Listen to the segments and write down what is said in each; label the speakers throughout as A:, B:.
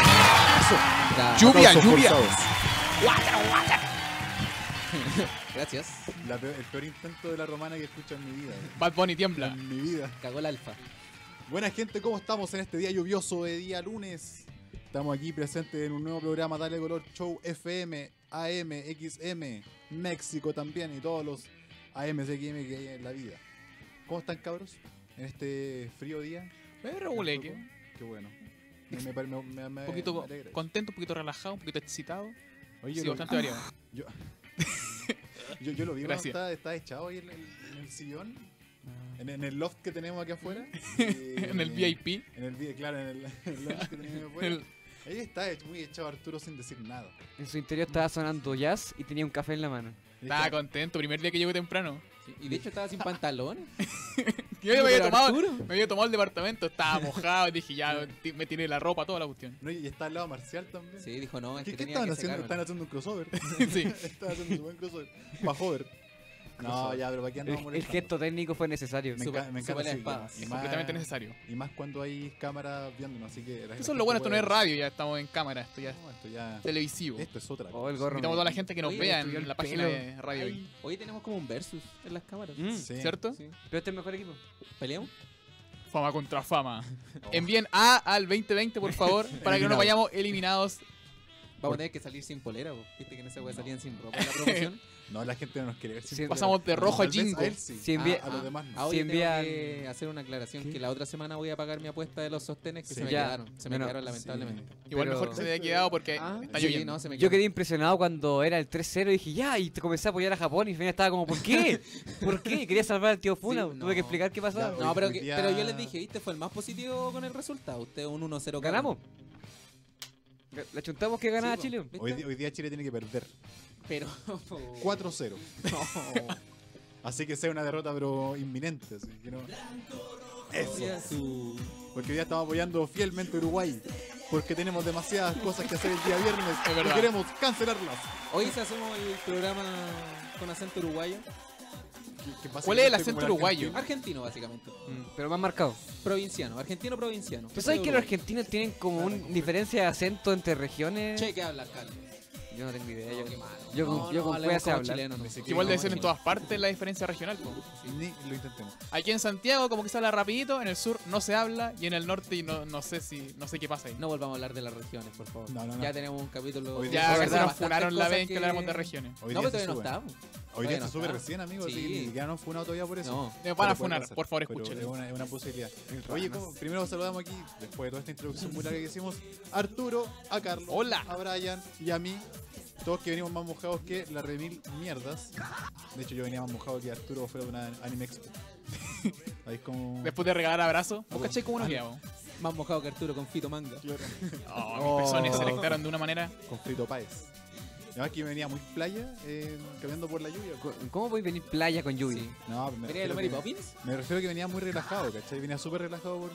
A: aplauso.
B: Ya,
A: Lluvia,
B: aplausos
A: lluvia.
B: forzados.
C: Gracias.
B: La peor- el peor intento de la romana que escucho en mi vida.
A: Bad Bunny tiembla.
B: En mi vida.
C: Cagó el alfa.
B: Buena gente, ¿cómo estamos en este día lluvioso de día lunes? Estamos aquí presentes en un nuevo programa Dale Color Show FM, AM, XM, México también y todos los AM, XM que hay en la vida. ¿Cómo están cabros? En este frío día.
A: Eh, reguleque. Un
B: Qué bueno. Me, me, me- me- me- me
A: poquito
B: alegra.
A: contento, un poquito relajado, un poquito excitado.
B: Oye,
A: Sí,
B: lo-
A: bastante variado.
B: Yo, yo, yo lo vi,
A: Gracias. Ah.
B: estaba, estaba echado ahí en el, en el sillón, en, en el loft que tenemos aquí afuera. eh,
A: En el VIP.
B: En el VIP, claro, en el, en el loft que tenemos aquí afuera.
A: El-
B: Ahí está ech- muy echado Arturo sin decir nada.
D: En su interior estaba sonando jazz y tenía un café en la mano.
A: Estaba contento, primer día que llego temprano.
C: Y de hecho estaba sin pantalón.
A: Yo me había,
C: Pero
A: tomado,
C: Arturo.
A: me había tomado el departamento, estaba mojado, dije ya, ti- me tiré la ropa, toda la cuestión.
B: No, y está al lado Marcial también.
C: Sí, dijo no, es
B: ¿Qué,
C: que
B: qué
C: tenía
B: estaban
C: que secarme.
B: haciendo? Estaban haciendo un crossover.
A: Sí.
B: estaban haciendo un buen crossover. Bajover. No,
C: Crossover.
B: ya, pero ¿para qué
D: El,
B: andamos
D: el
B: molestando?
D: gesto técnico fue necesario.
B: Me,
C: Suba-
B: encanta- me
C: suba
B: encanta
C: la
B: sí,
C: espada.
B: y
A: Es
B: más-
A: completamente necesario.
B: Y más cuando hay cámaras viéndonos, así que... la
A: Eso es
B: gente
A: lo bueno, esto no
B: puede-
A: es radio, ya estamos en cámara, esto ya es
B: No, esto ya...
A: televisivo.
B: Esto es otra
D: Oh, el
B: cosa.
D: gorro.
A: Invitamos a toda la gente que nos
C: Oye,
A: vea
D: estudió
A: en
D: el
A: la página
D: pelo.
A: de Radio Hoy,
C: Hoy tenemos como un versus en las cámaras.
D: Mm,
B: Sí.
A: ¿cierto?
C: Sí.
D: Pero este es el mejor equipo.
C: ¿Peleamos?
A: Fama contra fama.
B: Oh.
A: Envíen A al 2020, por favor, para que no nos
B: Eliminados.
A: vayamos eliminados.
C: Vamos a tener que salir sin polera, vos. Viste que en esa wea salían sin ropa en la promoción.
B: No, la gente no nos quiere ver sin
D: Sí,
B: polera.
A: pasamos de rojo
B: Tal
A: a
B: vez
A: jingo.
B: él sí.
D: Si envía-
B: a los demás no.
C: Ah, hoy
D: Si envían-
C: tengo que hacer una aclaración
D: ¿Qué?
C: que la otra semana voy a pagar mi apuesta de los sostenes que
B: Sí.
C: se me
D: Ya.
C: quedaron. Se me
D: No, no.
C: quedaron
B: Sí.
C: lamentablemente.
A: Igual
D: Pero-
A: mejor que se haya quedado porque
C: Ah,
A: está
C: sí,
A: lloviendo.
C: no, se me
D: Yo
C: quedaron.
D: quedé impresionado cuando era el 3-0 y dije, ya, y te comencé a apoyar a Japón y al final estaba como, ¿por qué? ¿Por qué? Quería salvar al tío Funa,
C: Sí, no.
D: tuve que explicar qué pasaba.
B: Ya,
C: No, pero,
B: Hoy
C: que-
B: día-
C: pero yo les dije, viste, fue el más positivo con el resultado. Usted un 1-0
D: ganamos.
C: cagón.
D: Ga- La chuntamos que ganaba
C: Sí, po,
D: Chile.
C: ¿viste?
B: Hoy, di- hoy día Chile tiene que perder
C: Pero.
B: 4-0.
C: No.
B: Así que sea una derrota, pero inminente. así que no-
C: Eso. Su...
B: Porque hoy día estamos apoyando fielmente a Uruguay. Porque tenemos demasiadas cosas que hacer el día viernes
A: Es verdad.
B: y queremos cancelarlas.
C: Hoy se hacemos el programa con acento uruguayo.
B: Que- que
A: ¿Cuál es el
B: básicamente
A: acento
B: como
A: uruguayo?
C: Argentino, básicamente.
D: Mm, Pero más marcado.
C: Provinciano, argentino provinciano.
D: ¿Tú sabes Pues que los
C: argentinos?
D: argentinos tienen como una diferencia de acento entre regiones?
C: Che, ¿qué hablas, Carlos?
D: Yo no tengo idea.
C: No,
D: Yo,
C: qué malo.
D: yo con-
C: No,
D: yo
C: no,
D: con
C: hablemos
D: cueva sé
C: como
D: hablar.
C: chileno, no.
B: Ni
A: Igual debe
B: no,
A: ser en
B: no.
A: todas partes la diferencia regional. po.
B: Ni lo intentemos.
A: Aquí en Santiago como que se habla rapidito, en el sur no se habla y en el norte y no, no sé si no sé qué pasa ahí.
C: No volvamos a hablar de las regiones, por favor.
B: No, no, no.
C: Ya tenemos un capítulo.
B: Hoy día
A: ya
B: es
A: casi
B: verdad,
A: nos funaron la vez en que hablamos de regiones.
B: Hoy
C: no, pero
B: día
C: todavía
B: se
C: no
B: sube.
C: estábamos.
B: Hoy
C: Todavía
B: día se
C: no
B: sube
C: está.
B: recién, amigos.
C: Sí.
B: Así que ni siquiera no han funado todavía por eso.
C: No.
A: Nos van a
B: Pero puede
A: funar,
B: pasar.
A: por favor,
B: Pero
A: escúchenlo.
B: Es una, es una posibilidad. Oye, ¿cómo? primero saludamos aquí, después de toda esta introducción muy larga que hicimos, a Arturo, a Carlos,
A: Hola.
B: a Brian y a mí. Todos que venimos más mojados que la remil mierdas. De hecho, yo venía más mojado que Arturo fuera de una anime expo. Ahí es como.
A: Después de regalar abrazo, ¿vos
B: Ah,
A: cachai cómo nos quedamos?
C: Más mojado que Arturo con Fito Manga.
B: Claro,
A: Oh,
B: Oh.
A: mis pezones se erectaron de una manera.
B: Con frito paes. Además que yo venía muy playa, eh, caminando por la lluvia.
D: Co- ¿Cómo voy a venir playa con lluvia?
C: Sí.
B: No, me
C: ¿Venía de los Mary
B: refiero que-
C: Poppins?
B: Me refiero que venía muy relajado, ¿cachai? Venía súper relajado por-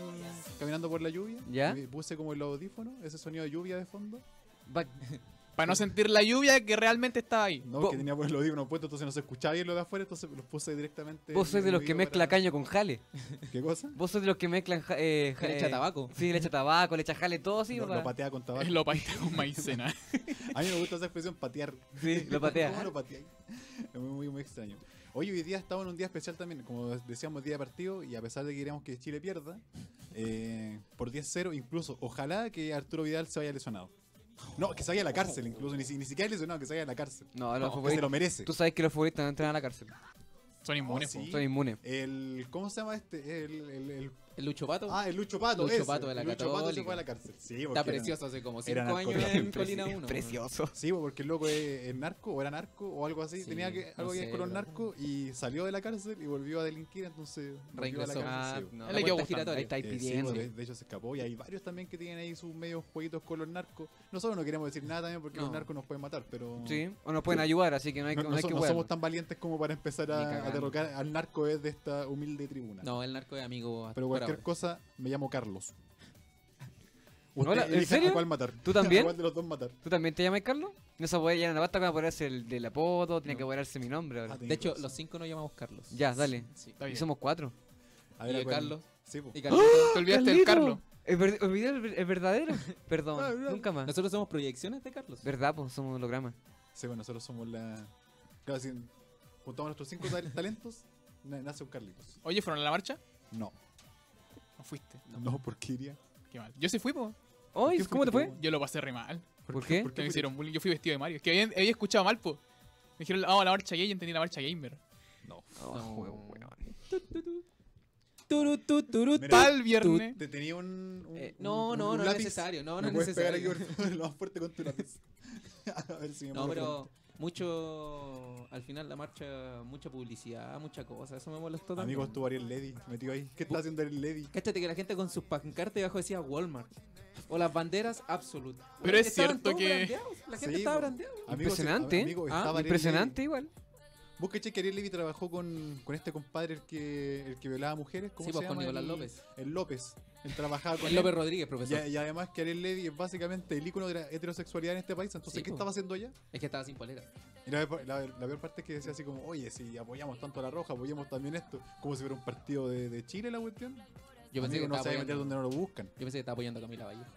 B: caminando por la lluvia.
D: ¿Ya?
B: Y puse como el audífono, ese sonido de lluvia de fondo.
D: Va-
A: Para no sentir la lluvia que realmente estaba ahí.
B: No,
D: Vos-
B: que tenía por el audífono puesto, entonces no se escuchaba bien lo de afuera, entonces los puse directamente.
D: Vos sos de los que mezcla
B: mezclan
D: caño con jale.
B: ¿Qué cosa?
D: Vos sos de los que mezclan ja- eh, ja-
C: Que le echa
D: eh,
C: tabaco.
D: Sí, le echa tabaco, le echa jale, todo así.
B: lo,
D: papá.
B: lo patea con tabaco.
A: Es lo país con maicena.
B: A mí me gusta esa expresión, patear.
D: Sí, lo
B: ¿Cómo
D: patea.
B: lo pateáis? Es muy, muy, muy extraño. Hoy, hoy día estamos en un día especial también, como decíamos, día de partido, y a pesar de que queríamos que Chile pierda, eh, por 10-0, incluso, ojalá que Arturo Vidal se vaya lesionado. No, que se vaya a la cárcel, incluso, ni, si- ni siquiera lesionado, que se vaya a la cárcel.
D: No, los
B: que se lo
D: futbolistas.
B: merece.
D: Tú sabes que los futbolistas no entran a la cárcel.
A: Son inmunes,
B: Oh, sí.
A: po.
D: Son inmunes.
B: El, ¿Cómo se llama este? El, el, el-
C: El Lucho Pato.
B: ah, el Lucho Pato.
C: Lucho
B: ese.
C: Pato de la
B: el Lucho Pato se
C: Católica.
B: fue a la cárcel. Sí, porque
C: Está
B: era-
C: precioso hace como
B: era
C: 5 años
B: narcotráfico.
C: en Colina 1.
B: Sí, bo, porque el loco es, es narco, o era narco, o algo así.
C: Sí,
B: Tenía que,
C: no
B: algo que ver
C: sé,
B: con los
C: bro.
B: narcos y salió de la cárcel y volvió a delinquir, entonces volvió a la
C: Reingresó.
B: cárcel.
D: Ah,
B: sí, bo.
D: no.
A: Él
C: La
A: le quedó
C: puerta
A: gustando,
D: Ahí
C: giratoria.
D: estáis
B: Eh, sí, bo,
D: pidiendo.
B: de, de hecho se escapó y hay varios también que tienen ahí sus medios jueguitos con los narcos. Nosotros no queremos decir nada también porque
C: No.
B: los narcos nos pueden matar, pero
D: Sí, o nos pueden ayudar, así que no hay,
B: no,
D: que- no
B: no
D: hay
B: so-
D: que
B: no
D: huear.
B: somos tan valientes como para empezar
D: Ni
B: a, a
D: cagando.
B: derrocar al narco desde esta humilde tribuna.
C: No, el narco es amigo. hasta
B: Pero
C: por
B: cualquier
C: ahora.
B: cosa, me llamo Carlos.
D: Hola, ¿en
B: elija
D: serio?
B: ¿A cuál matar?
D: ¿Tú también?
B: ¿A cuál de los dos matar?
D: ¿Tú también te llamas Carlos? No se puede llegar a la basta para ponerse el del apodo, tiene que ponerse mi nombre ahora.
B: Ah,
C: De hecho,
B: tenés
C: los cinco nos llamamos Carlos.
D: Ya, dale.
C: Sí.
A: Está
D: Y
A: bien.
D: somos cuatro.
B: razón. A ver,
C: y
B: ¿a
C: de
B: cuál?
C: Carlos.
B: Sí, po.
C: Y Carlos.
A: Te olvidaste del
D: Carlito.
A: Carlos.
D: El, ver- el video es ver- es verdadero. Perdón,
B: Ah, no.
D: nunca más.
C: Nosotros somos proyecciones de Carlos.
D: ¿Verdad? Pues somos hologramas.
B: Sí, bueno, nosotros somos la. Claro, si juntamos nuestros cinco tal- talentos, na- nace un Carlitos.
A: Oye, ¿fueron a la marcha?
B: No,
A: No fuiste.
B: no, porque iría.
A: Qué mal. Yo sí fui, po.
D: Oye,
B: qué
D: ¿Cómo te
B: fuiste
D: fue?
A: Yo lo pasé re mal.
D: ¿Por qué?
A: Porque me hicieron bullying. Yo fui vestido de Mario. Es que había, había escuchado mal, po. Me dijeron, vamos a la marcha gay y entendí la marcha gamer.
B: No.
D: Oh,
C: No.
D: weón, weón.
C: Turu, tu, turu,
B: Mira,
C: tal.
A: Tal viernes.
B: ¿Te tenía un. un-
C: Eh,
B: un-
C: no,
B: un-
C: no,
B: un
C: no es
B: lápiz?
C: necesario. No, no
B: ¿Me
C: es
B: puedes pegar
C: necesario.
B: aquí por favor, lo más fuerte con tu lápiz? A ver si me
C: No,
B: muero
C: pero
B: pronto.
C: mucho. Al final la marcha, mucha publicidad, mucha cosa. Eso me molestó también.
B: Amigo, estuvo Ariel Levy metido ahí. ¿Qué está haciendo Ariel Levy?
C: Cáchate que la gente con sus pancartas debajo decía Walmart. O las banderas Absolut.
A: Pero es
C: Estaban
A: cierto
C: todos
A: que-
C: brandeados, La gente
B: Sí,
C: estaba
B: po.
C: brandeada.
B: Amigo, se-
D: Impresionante, ¿eh?
B: amigo,
C: Ah,
B: estaba Ariel
D: Impresionante igual.
B: Levy. Vos caché que Ariel Levy trabajó con, con este compadre el que, el que violaba mujeres. ¿Cómo
C: Sí,
B: se
C: pues, con
B: llama?
C: Nicolás
B: El-
C: López.
B: El López. Él trabajaba con
C: El
B: él.
C: López Rodríguez, profesor.
B: Y, y además que Ariel Levy es básicamente el ícono de la heterosexualidad en este país. Entonces,
C: Sí,
B: ¿qué
C: po.
B: estaba haciendo allá?
C: Es que estaba sin polera.
B: Y la, peor- la- la peor parte es que decía así como, oye, si apoyamos tanto a la roja, apoyemos también esto. Como si fuera un partido de, de Chile la cuestión.
C: Yo pensé
B: Amigo,
C: que
B: no
C: estaba
B: se vaya a meter
C: apoyando-
B: donde no lo buscan.
C: Yo pensé que estaba apoyando a Camila Vallejo.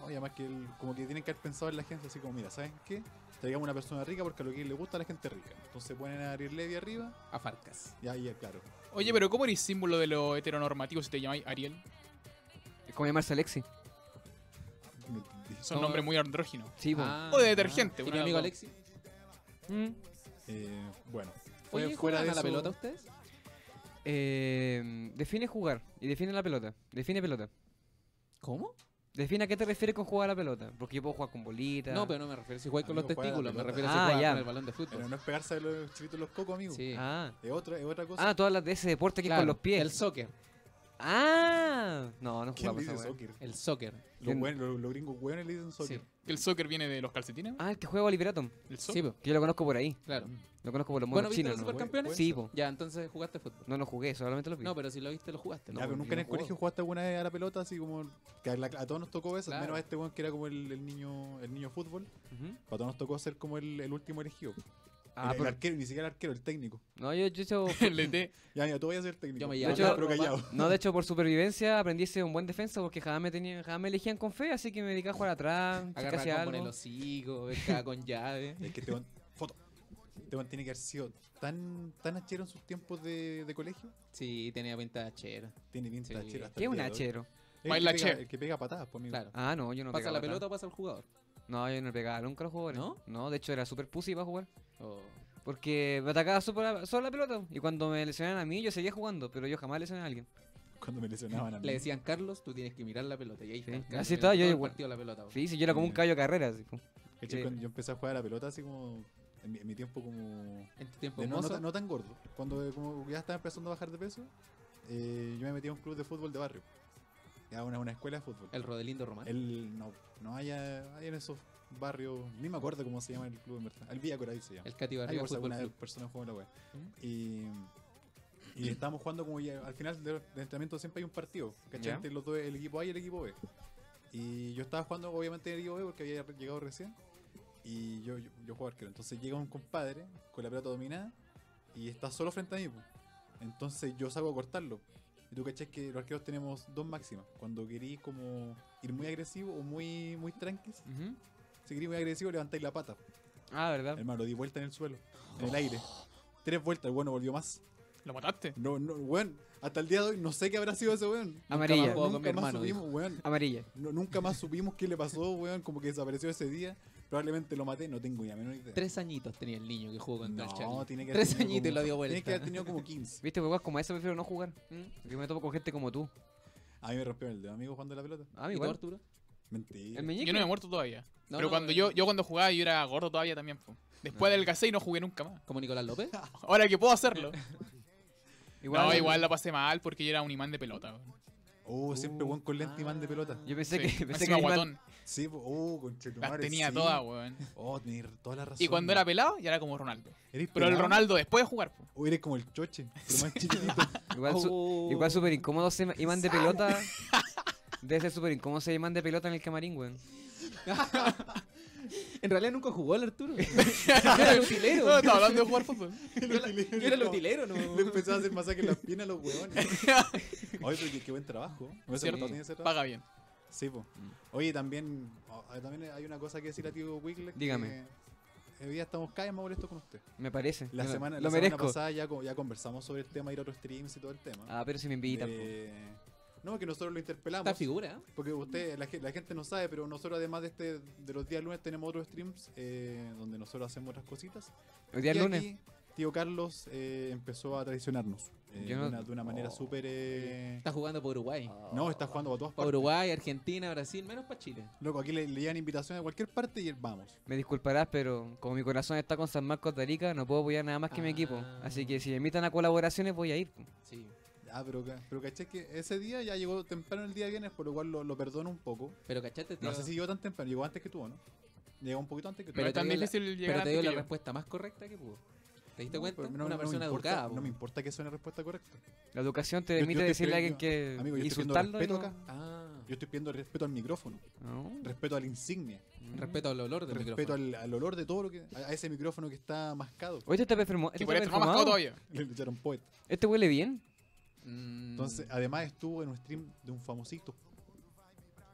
B: No, y además que el- como que tienen que haber pensado en la gente así como, mira, ¿saben qué? Traigamos una persona rica porque a lo que le gusta a la gente rica. Entonces ponen a Ariel Levy arriba
C: A Farcas.
B: y ahí, claro.
A: Oye, pero ¿cómo eres símbolo de lo heteronormativo si te llamáis Ariel?
D: Es como llamarse Alexi.
B: No entendí.
A: Son
C: No.
A: nombres muy andróginos.
D: Sí, po.
C: Ah,
A: O de detergente,
C: ah. ¿Y
A: una
C: mi
A: de
C: amigo
A: las
C: Alexi?
D: Mm.
B: Eh, bueno, fue
C: Oye,
B: fuera
C: ¿juegan
B: de
C: a la
B: eso-
C: pelota ustedes?
D: Eh, define jugar y define la pelota. Define pelota.
C: ¿Cómo?
D: Define a qué te refieres con jugar a la pelota. Porque yo puedo jugar con bolita.
C: No, pero no me refiero si juega con los
B: Amigo, juega a la
C: testículos, me
B: pelota.
C: refiero si
D: Ah,
C: juega
D: ya.
C: con el balón de
B: pero
C: fútbol.
B: no es pegarse a los chilitos los cocos, amigo.
C: Sí.
D: Ah.
B: Es otra, es otra cosa.
D: Ah, todas las de ese deporte que es
C: Claro,
D: con los pies.
C: El soccer.
D: Ah, no, no
B: ¿Quién
D: jugamos
B: le
D: esa
B: dice
D: weá.
B: soccer?
C: El soccer.
B: Los, güeyes- los- los gringos hueones le dicen
C: Sí.
B: soccer.
A: Que el soccer viene de los calcetines.
D: Ah, el que juega Liberatum.
A: El
C: Sí,
A: soccer.
C: po,
D: Que yo lo conozco por ahí.
C: claro.
D: Lo conozco por los monos
C: Bueno, ¿viste
D: chinos.
C: los
D: ¿no?
B: Super-
C: supercampeones?
D: Sí, po.
C: Ya, entonces jugaste fútbol.
D: No lo jugué, solamente lo vi.
C: No, pero si lo viste, lo jugaste.
B: ya, pero
D: pues,
C: Yo
B: nunca en el
C: juego.
B: colegio jugaste alguna vez a la pelota, así como que a, la- a todos nos tocó eso, al
C: Claro.
B: menos a este weón que era como el, el niño el niño fútbol.
D: Ujú.
B: A todos nos tocó ser como el, el último elegido.
D: Ah,
B: el, el
D: pero-
B: arquero, ni siquiera el arquero, el técnico.
D: No, yo, yo he hecho-
A: El DT.
B: Ya, ya, tú vayas a ser técnico.
C: Yo me
B: Pero
C: llamo.
D: De hecho-
B: pero callado.
D: No, de hecho, por supervivencia aprendí a ser un buen defensa porque jamás me, tenían, jamás me elegían con fe, así que me dedicaba a jugar atrás,
C: Agarra
D: casi
C: con el
D: algo.
C: hocico, pesca con llave.
B: Es que este weón- foto. Este weón tiene que haber sido tan, tan achero en sus tiempos de, de colegio.
C: Sí, tenía pinta de hachero.
B: Tiene pinta de
C: Sí.
B: achero hasta
D: ¿Qué es
B: el
D: un
B: día de hoy.
D: hachero?
B: Es El,
A: Baila
B: que pega-
A: achero.
B: el que pega patadas, pues amigo.
C: Claro.
D: Ah, no, yo no
C: ¿Pasa
D: pegaba
C: la
D: atrás.
C: pelota o pasa el jugador?
D: No, yo no pegaba nunca a los jugadores.
C: ¿No?
D: No, de hecho era súper pussy para jugar.
C: O-
D: Porque me atacaba solo la, solo la pelota. Y cuando me lesionaban a mí, yo seguía jugando, pero yo jamás lesioné a alguien.
B: Cuando me lesionaban a mí.
C: Le decían Carlos, tú tienes que mirar la pelota. Y ahí
D: Sí.
C: está el Carlos
D: Así
C: mirando
D: estaba yo
C: todo el
D: igual.
C: partido de la pelota. po.
D: Sí, sí, yo era como un
B: Mm.
D: caballo de carrera. así, po.
B: Caché,
D: que-
B: cuando yo empecé a jugar a la pelota, así como. En mi, en mi tiempo, como.
C: En tu tiempo
B: de no, no,
C: hermoso.
B: tan- no tan gordo. Cuando eh, como ya estaba empezando a bajar de peso, eh, yo me metí a un club de fútbol de barrio. Ya una, una escuela de fútbol.
C: El Rodelindo Román.
B: El- no, no haya, hay en esos barrios, ni me acuerdo cómo se llama el club en verdad. El Villa Coray se llama.
C: El Cati
B: Ahí
C: Barriga
B: por si
C: Fútbol
B: alguna
C: Club. ¿Mm?
B: persona juega en la web. Y, y estábamos jugando como ya- al final del, del entrenamiento siempre hay un partido, ¿cachai?
D: Ya.
B: Entre los dos, el equipo A y el equipo B. Y yo estaba jugando obviamente en el equipo B porque había llegado recién. Y yo, yo, yo juego arquero. Entonces llega un compadre con la pelota dominada y está solo frente a mí. po. Entonces yo salgo a cortarlo. Y tú cachás que los arqueros tenemos dos máximas. Cuando querís como ir muy agresivo o muy, muy tranquis,
D: Ujú.
B: si querís muy agresivo levantáis la pata.
D: Ah, ¿verdad?
B: Hermano, di vuelta en el suelo, en el aire. Tres vueltas, el bueno volvió más.
A: ¿Lo mataste?
B: No, no, weón. Hasta el día de hoy no sé qué habrá sido ese weón.
D: Amarilla.
B: Nunca más,
C: Juego con
B: nunca
C: mi
B: más
C: hermano,
B: supimos, weón.
D: Amarilla.
B: No, nunca más supimos qué le pasó, weón. Como que desapareció ese día. Probablemente lo maté, no tengo ni la menor idea.
C: Tres añitos tenía el niño que jugó contra el
B: no,
C: Charlie.
B: tiene que haber
C: Tres
B: tenido
C: añitos y
B: como-
C: lo dio
B: Tiene que haber
C: vuelta.
B: tenido como 15.
D: Viste, pues como a eso prefiero no jugar. Yo me topo con gente como tú.
B: A mí me rompió el dedo, amigo, jugando la pelota.
D: Ah,
C: ¿Y tú,
D: igual.
C: Arturo?
B: Mentira.
D: El meñique.
A: Yo no me he muerto todavía.
C: No, no,
A: pero cuando
C: eh.
A: yo, yo cuando jugaba yo era gordo todavía también. po. Después del gasé y no jugué nunca más.
C: ¿Como Nicolás López?
A: Ahora que puedo hacerlo.
D: Igual.
A: no, igual la pasé mal porque yo era un imán de pelota. weón.
B: Oh, siempre weón con lente y man de pelota.
D: Yo pensé
A: Sí.
D: que. Pensé que
A: Encima
D: el animal-
A: guatón.
B: Sí, po- oh, con
A: Las tenía todas, weón.
B: Oh, tenés toda la razón.
A: Y cuando era
B: weón.
A: pelado, ya era como Ronaldo.
B: ¿Eres
A: Pero el
B: pelado?
A: Ronaldo después de jugar, po.
B: O eres como el choche, pero más chiquitito.
D: Igual, su-
C: Oh.
B: Uh.
D: igual súper incómodo ese ma- imán de pelota. Debe ser súper incómodo ese imán de pelota en el camarín, weón.
C: En realidad nunca jugó el Arturo. yo era el utilero.
A: No, estaba hablando de jugar fútbol.
C: Yo era- yo era el utilero, ¿no?
B: Le empezaba a hacer masaje en las piernas a los huevones. Oye, pero qué, qué buen trabajo. No me
A: Cierto.
B: tiene ese trabajo.
A: Paga bien.
B: Sí, po. Oye, también, oh, eh, también hay una cosa que decir a tío Wigley.
D: Dígame.
B: Que hoy día estamos cada vez más molestos con usted.
D: Me parece.
B: La
D: Yo-
B: semana,
D: lo
B: la semana
D: merezco.
B: pasada ya, co- ya conversamos sobre el tema, ir a otros streams y todo el tema.
D: Ah, pero si me invitan. po.
B: Eh, no, que nosotros lo
C: Esta
B: interpelamos.
C: figura. ¿eh?
B: Porque usted, la, gen- la gente no sabe, pero nosotros además de este de los días lunes tenemos otros streams eh, donde nosotros hacemos otras cositas.
D: Hoy día es
B: Y
D: lunes.
B: aquí, tío Carlos eh, empezó a traicionarnos eh,
D: Yo no-
B: de, una, de una manera
D: Oh.
B: súper... eh,
C: Está jugando por Uruguay.
B: no, está jugando para todas
C: Para
B: partes.
C: Uruguay, Argentina, Brasil, menos para Chile.
B: Loco, aquí le, le llegan invitaciones a cualquier parte y él, vamos.
D: Me disculparás, pero como mi corazón está con San Marcos de Arica, no puedo apoyar nada más que mi equipo.
C: Ah.
D: Así que si me invitan a colaboraciones, voy a ir. po.
C: Sí.
B: Ah, pero, ca- pero caché que ese día ya llegó temprano el día viernes, por lo cual lo, lo perdono un poco.
C: Pero cachate,
B: No sé si llegó tan temprano, llegó antes que tú, ¿no? Llegó un poquito antes que tú.
A: Pero
C: Pero
A: es tan
C: te digo la-
A: difícil llegar
C: Pero te
A: antes
C: dio
A: que
C: la
A: yo.
C: respuesta más correcta que pudo. ¿Te diste
B: No,
C: cuenta?
B: pero no-
C: Una
B: no me
C: persona
B: importa-
C: educada.
B: No
C: po.
B: me importa que sea una respuesta correcta.
D: La educación te
B: Yo- yo
D: permite
B: te
D: decirle a
B: escribí-
D: alguien que
B: Amigo, yo estoy pidiendo
D: insultarlo. y
B: respeto
D: no-
B: acá.
C: Ah.
B: Yo estoy pidiendo respeto al micrófono,
D: No.
B: respeto a la insignia,
C: Respeto al olor del
B: respeto
C: micrófono.
B: al, al olor de todo lo que. a, a ese micrófono que está mascado.
D: Oye, este está perfumo-
A: Que
D: este
A: por
D: está
A: esto no más
D: perfumado.
A: todavía.
B: Le echaron poeta.
D: Este huele bien.
C: Mm.
B: Entonces, además estuvo en un stream de un famosito.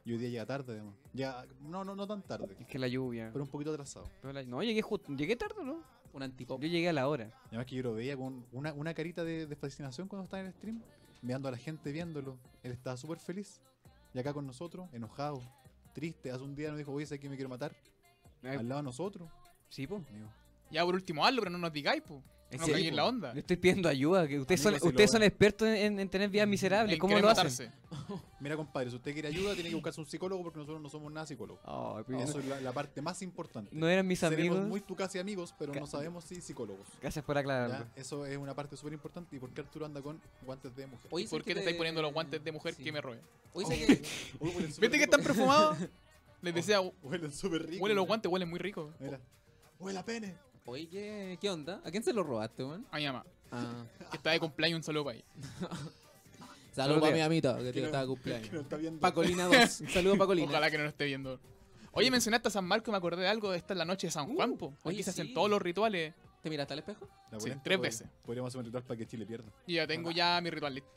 B: Y hoy día llega tarde, además. Ya, no, no, no tan tarde,
D: Es que la lluvia.
B: pero un poquito atrasado.
D: Pero la- No, llegué justo. Llegué tarde, ¿no?
C: un
B: Oh.
C: antipop.
D: Yo llegué a la hora.
B: Además que yo lo veía con una, una carita de, de fascinación cuando estaba en el stream, mirando a la gente viéndolo. Él estaba súper feliz. Y acá con nosotros, enojado, triste. Hace un día nos dijo, oye, sé que me quiero matar.
D: Ay,
B: Al lado de nosotros.
D: Sí, po.
B: Amigo,
A: Ya por último hazlo, pero no nos digáis, po.
D: En
A: No
D: serio,
A: caigáis en la
D: po.
A: onda.
D: Yo estoy pidiendo ayuda. que ustedes son,
B: Amigo, si lo
D: ustedes son
B: ven.
D: expertos en, en- en tener vidas miserables.
A: En
D: ¿Cómo
A: querer
D: lo hacen?
A: matarse.
B: Mira, compadre, si usted quiere ayuda, tiene que buscarse un psicólogo porque nosotros no somos nada psicólogos.
D: Ay, pues,
B: Eso es la, la parte más importante.
D: no eran mis
B: Seremos
D: amigos.
B: muy tu casi amigos, pero
D: Ca-
B: no sabemos si psicólogos.
D: Gracias por
B: ¿ya?
D: aclararlo.
B: Eso es una parte súper importante. ¿Y por qué Arturo anda con guantes de mujer?
C: Hoy
A: ¿Por
C: sé
A: qué
C: que
A: te estáis poniendo los guantes de mujer
C: Sí.
A: que me roben?
C: Hoy
B: Oh.
C: sé que...
B: Uy, huelen súper
A: ¿Viste que
B: rico.
A: están perfumados? Les decía,
C: Oh,
B: Huelen súper rico.
A: huele los guantes, huelen muy rico.
B: Mira. Huele a pene.
C: Oye, ¿qué, qué onda? ¿A quién se lo robaste, weón?
A: A mi mamá,
C: Ah.
A: que está de cumpleaños, un saludo para ahí.
C: Saludos a
D: Saludos.
C: mi amita, que
B: Que
C: te
B: no-
C: estaba de
B: que no
C: cumpleaños.
B: está viendo.
C: Pacolina 2. Un saludo a Pacolina.
A: Ojalá que no lo esté viendo. Oye, mencionaste a San Marco y me acordé de algo. Esta es la noche de San Juan, po. Aquí
C: Uh, oye,
A: se hacen
C: sí.
A: todos los rituales.
C: ¿Te miraste al espejo?
B: La
A: Sí,
B: polenta,
A: tres
B: podri-
A: veces.
B: Podríamos hacer un ritual para que Chile pierda.
A: Y ya tengo ya mi ritual listo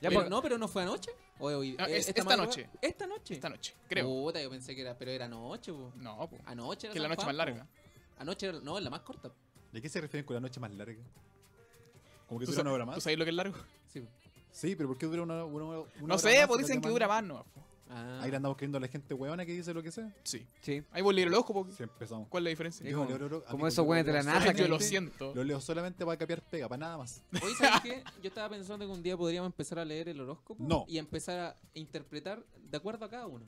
D: Ya,
C: pero,
D: pues,
C: no, pero no fue anoche. O hoy,
A: Ah,
C: eh,
A: es- esta
C: madrugada.
A: noche.
C: ¿Esta noche?
A: esta noche, creo.
C: Puta, yo pensé que era, pero era anoche, po.
A: No, po.
C: Anoche Uh. Ah, era
A: Que
C: San
A: es la noche más
C: Juan, po.
A: larga.
C: Anoche era, no, es la más corta.
B: ¿De qué se refieren con la noche más larga? ¿Como que
A: ¿Tú
B: dura una
A: sa-
B: hora
A: ¿Tú
B: más?
A: sabes lo que es largo?
C: Sí. po.
B: Sí, pero ¿por qué dura una, una hora una
A: No
B: hora
A: sé,
B: más
A: pues
B: si la
A: dicen que
B: llaman-
A: dura más, no. po.
C: Ah.
B: Ahí le andamos creyendo a la gente huevona que dice lo que sea.
A: Sí.
D: sí.
A: Ahí voy a leer el ojo, po.
B: Si empezamos.
A: ¿Cuál es la diferencia?
D: Es
B: Yo
D: como-
B: leo- leo-
D: como
B: amigo,
D: esos
B: yo
D: hueones de
B: leo
D: la NASA
A: Ay,
D: que
A: Yo lo
B: solamente-
A: siento.
B: Lo leo solamente para capear pega, para nada más.
C: Hoy, ¿sabes qué? Yo estaba pensando que un día podríamos empezar a leer el horóscopo
B: No.
C: y empezar a interpretar de acuerdo a cada uno.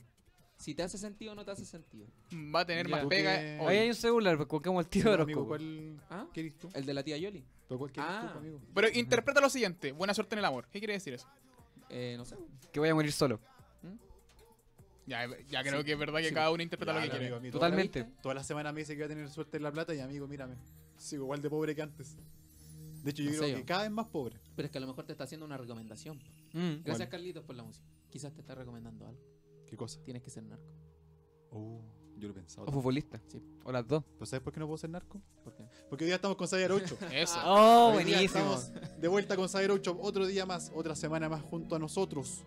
C: Si te hace sentido o no te hace sentido.
A: Va a tener
D: Ya.
A: más
B: ¿Tú
A: pega.
B: qué-
A: hoy.
D: Ahí hay un celular, pues colocamos el tío de
B: No,
D: los
B: amigo, ¿cuál
C: ¿Ah?
B: qué eres tú?
C: El de la tía Yoli.
B: ¿Tú cuál qué eres
C: Ah.
B: tú, amigo?
A: Pero interpreta lo siguiente: buena suerte en el amor. ¿Qué quiere decir eso?
C: Eh, no sé.
D: Que voy a morir solo.
A: Ya, ya creo
C: Sí.
A: que es verdad que
C: Sí.
A: cada uno interpreta
B: Ya,
A: lo que quiere.
B: amigo, a mí toda la-
D: Totalmente.
C: viste?
B: Toda la semana me dice que va a tener suerte en la plata y amigo, mírame. Sigo igual de pobre que antes. De hecho, yo
C: No sé
B: creo
C: yo.
B: que cada vez más pobre.
C: Pero es que a lo mejor te está haciendo una recomendación.
D: Mm.
C: Gracias,
B: ¿Cuál?
C: Carlitos, por la música. Quizás te está recomendando algo.
B: ¿Qué cosa?
C: Tienes que ser narco.
B: Oh, yo lo he pensado.
D: O futbolista.
C: Sí.
D: O las dos.
B: ¿Pero sabes por qué no puedo ser narco?
C: ¿Por qué?
B: Porque hoy día estamos con Sayer 8.
A: Eso.
D: Oh,
B: Ah, Hoy día
D: buenísimo.
B: Estamos de vuelta con Sayer 8. Otro día más, otra semana más junto a nosotros.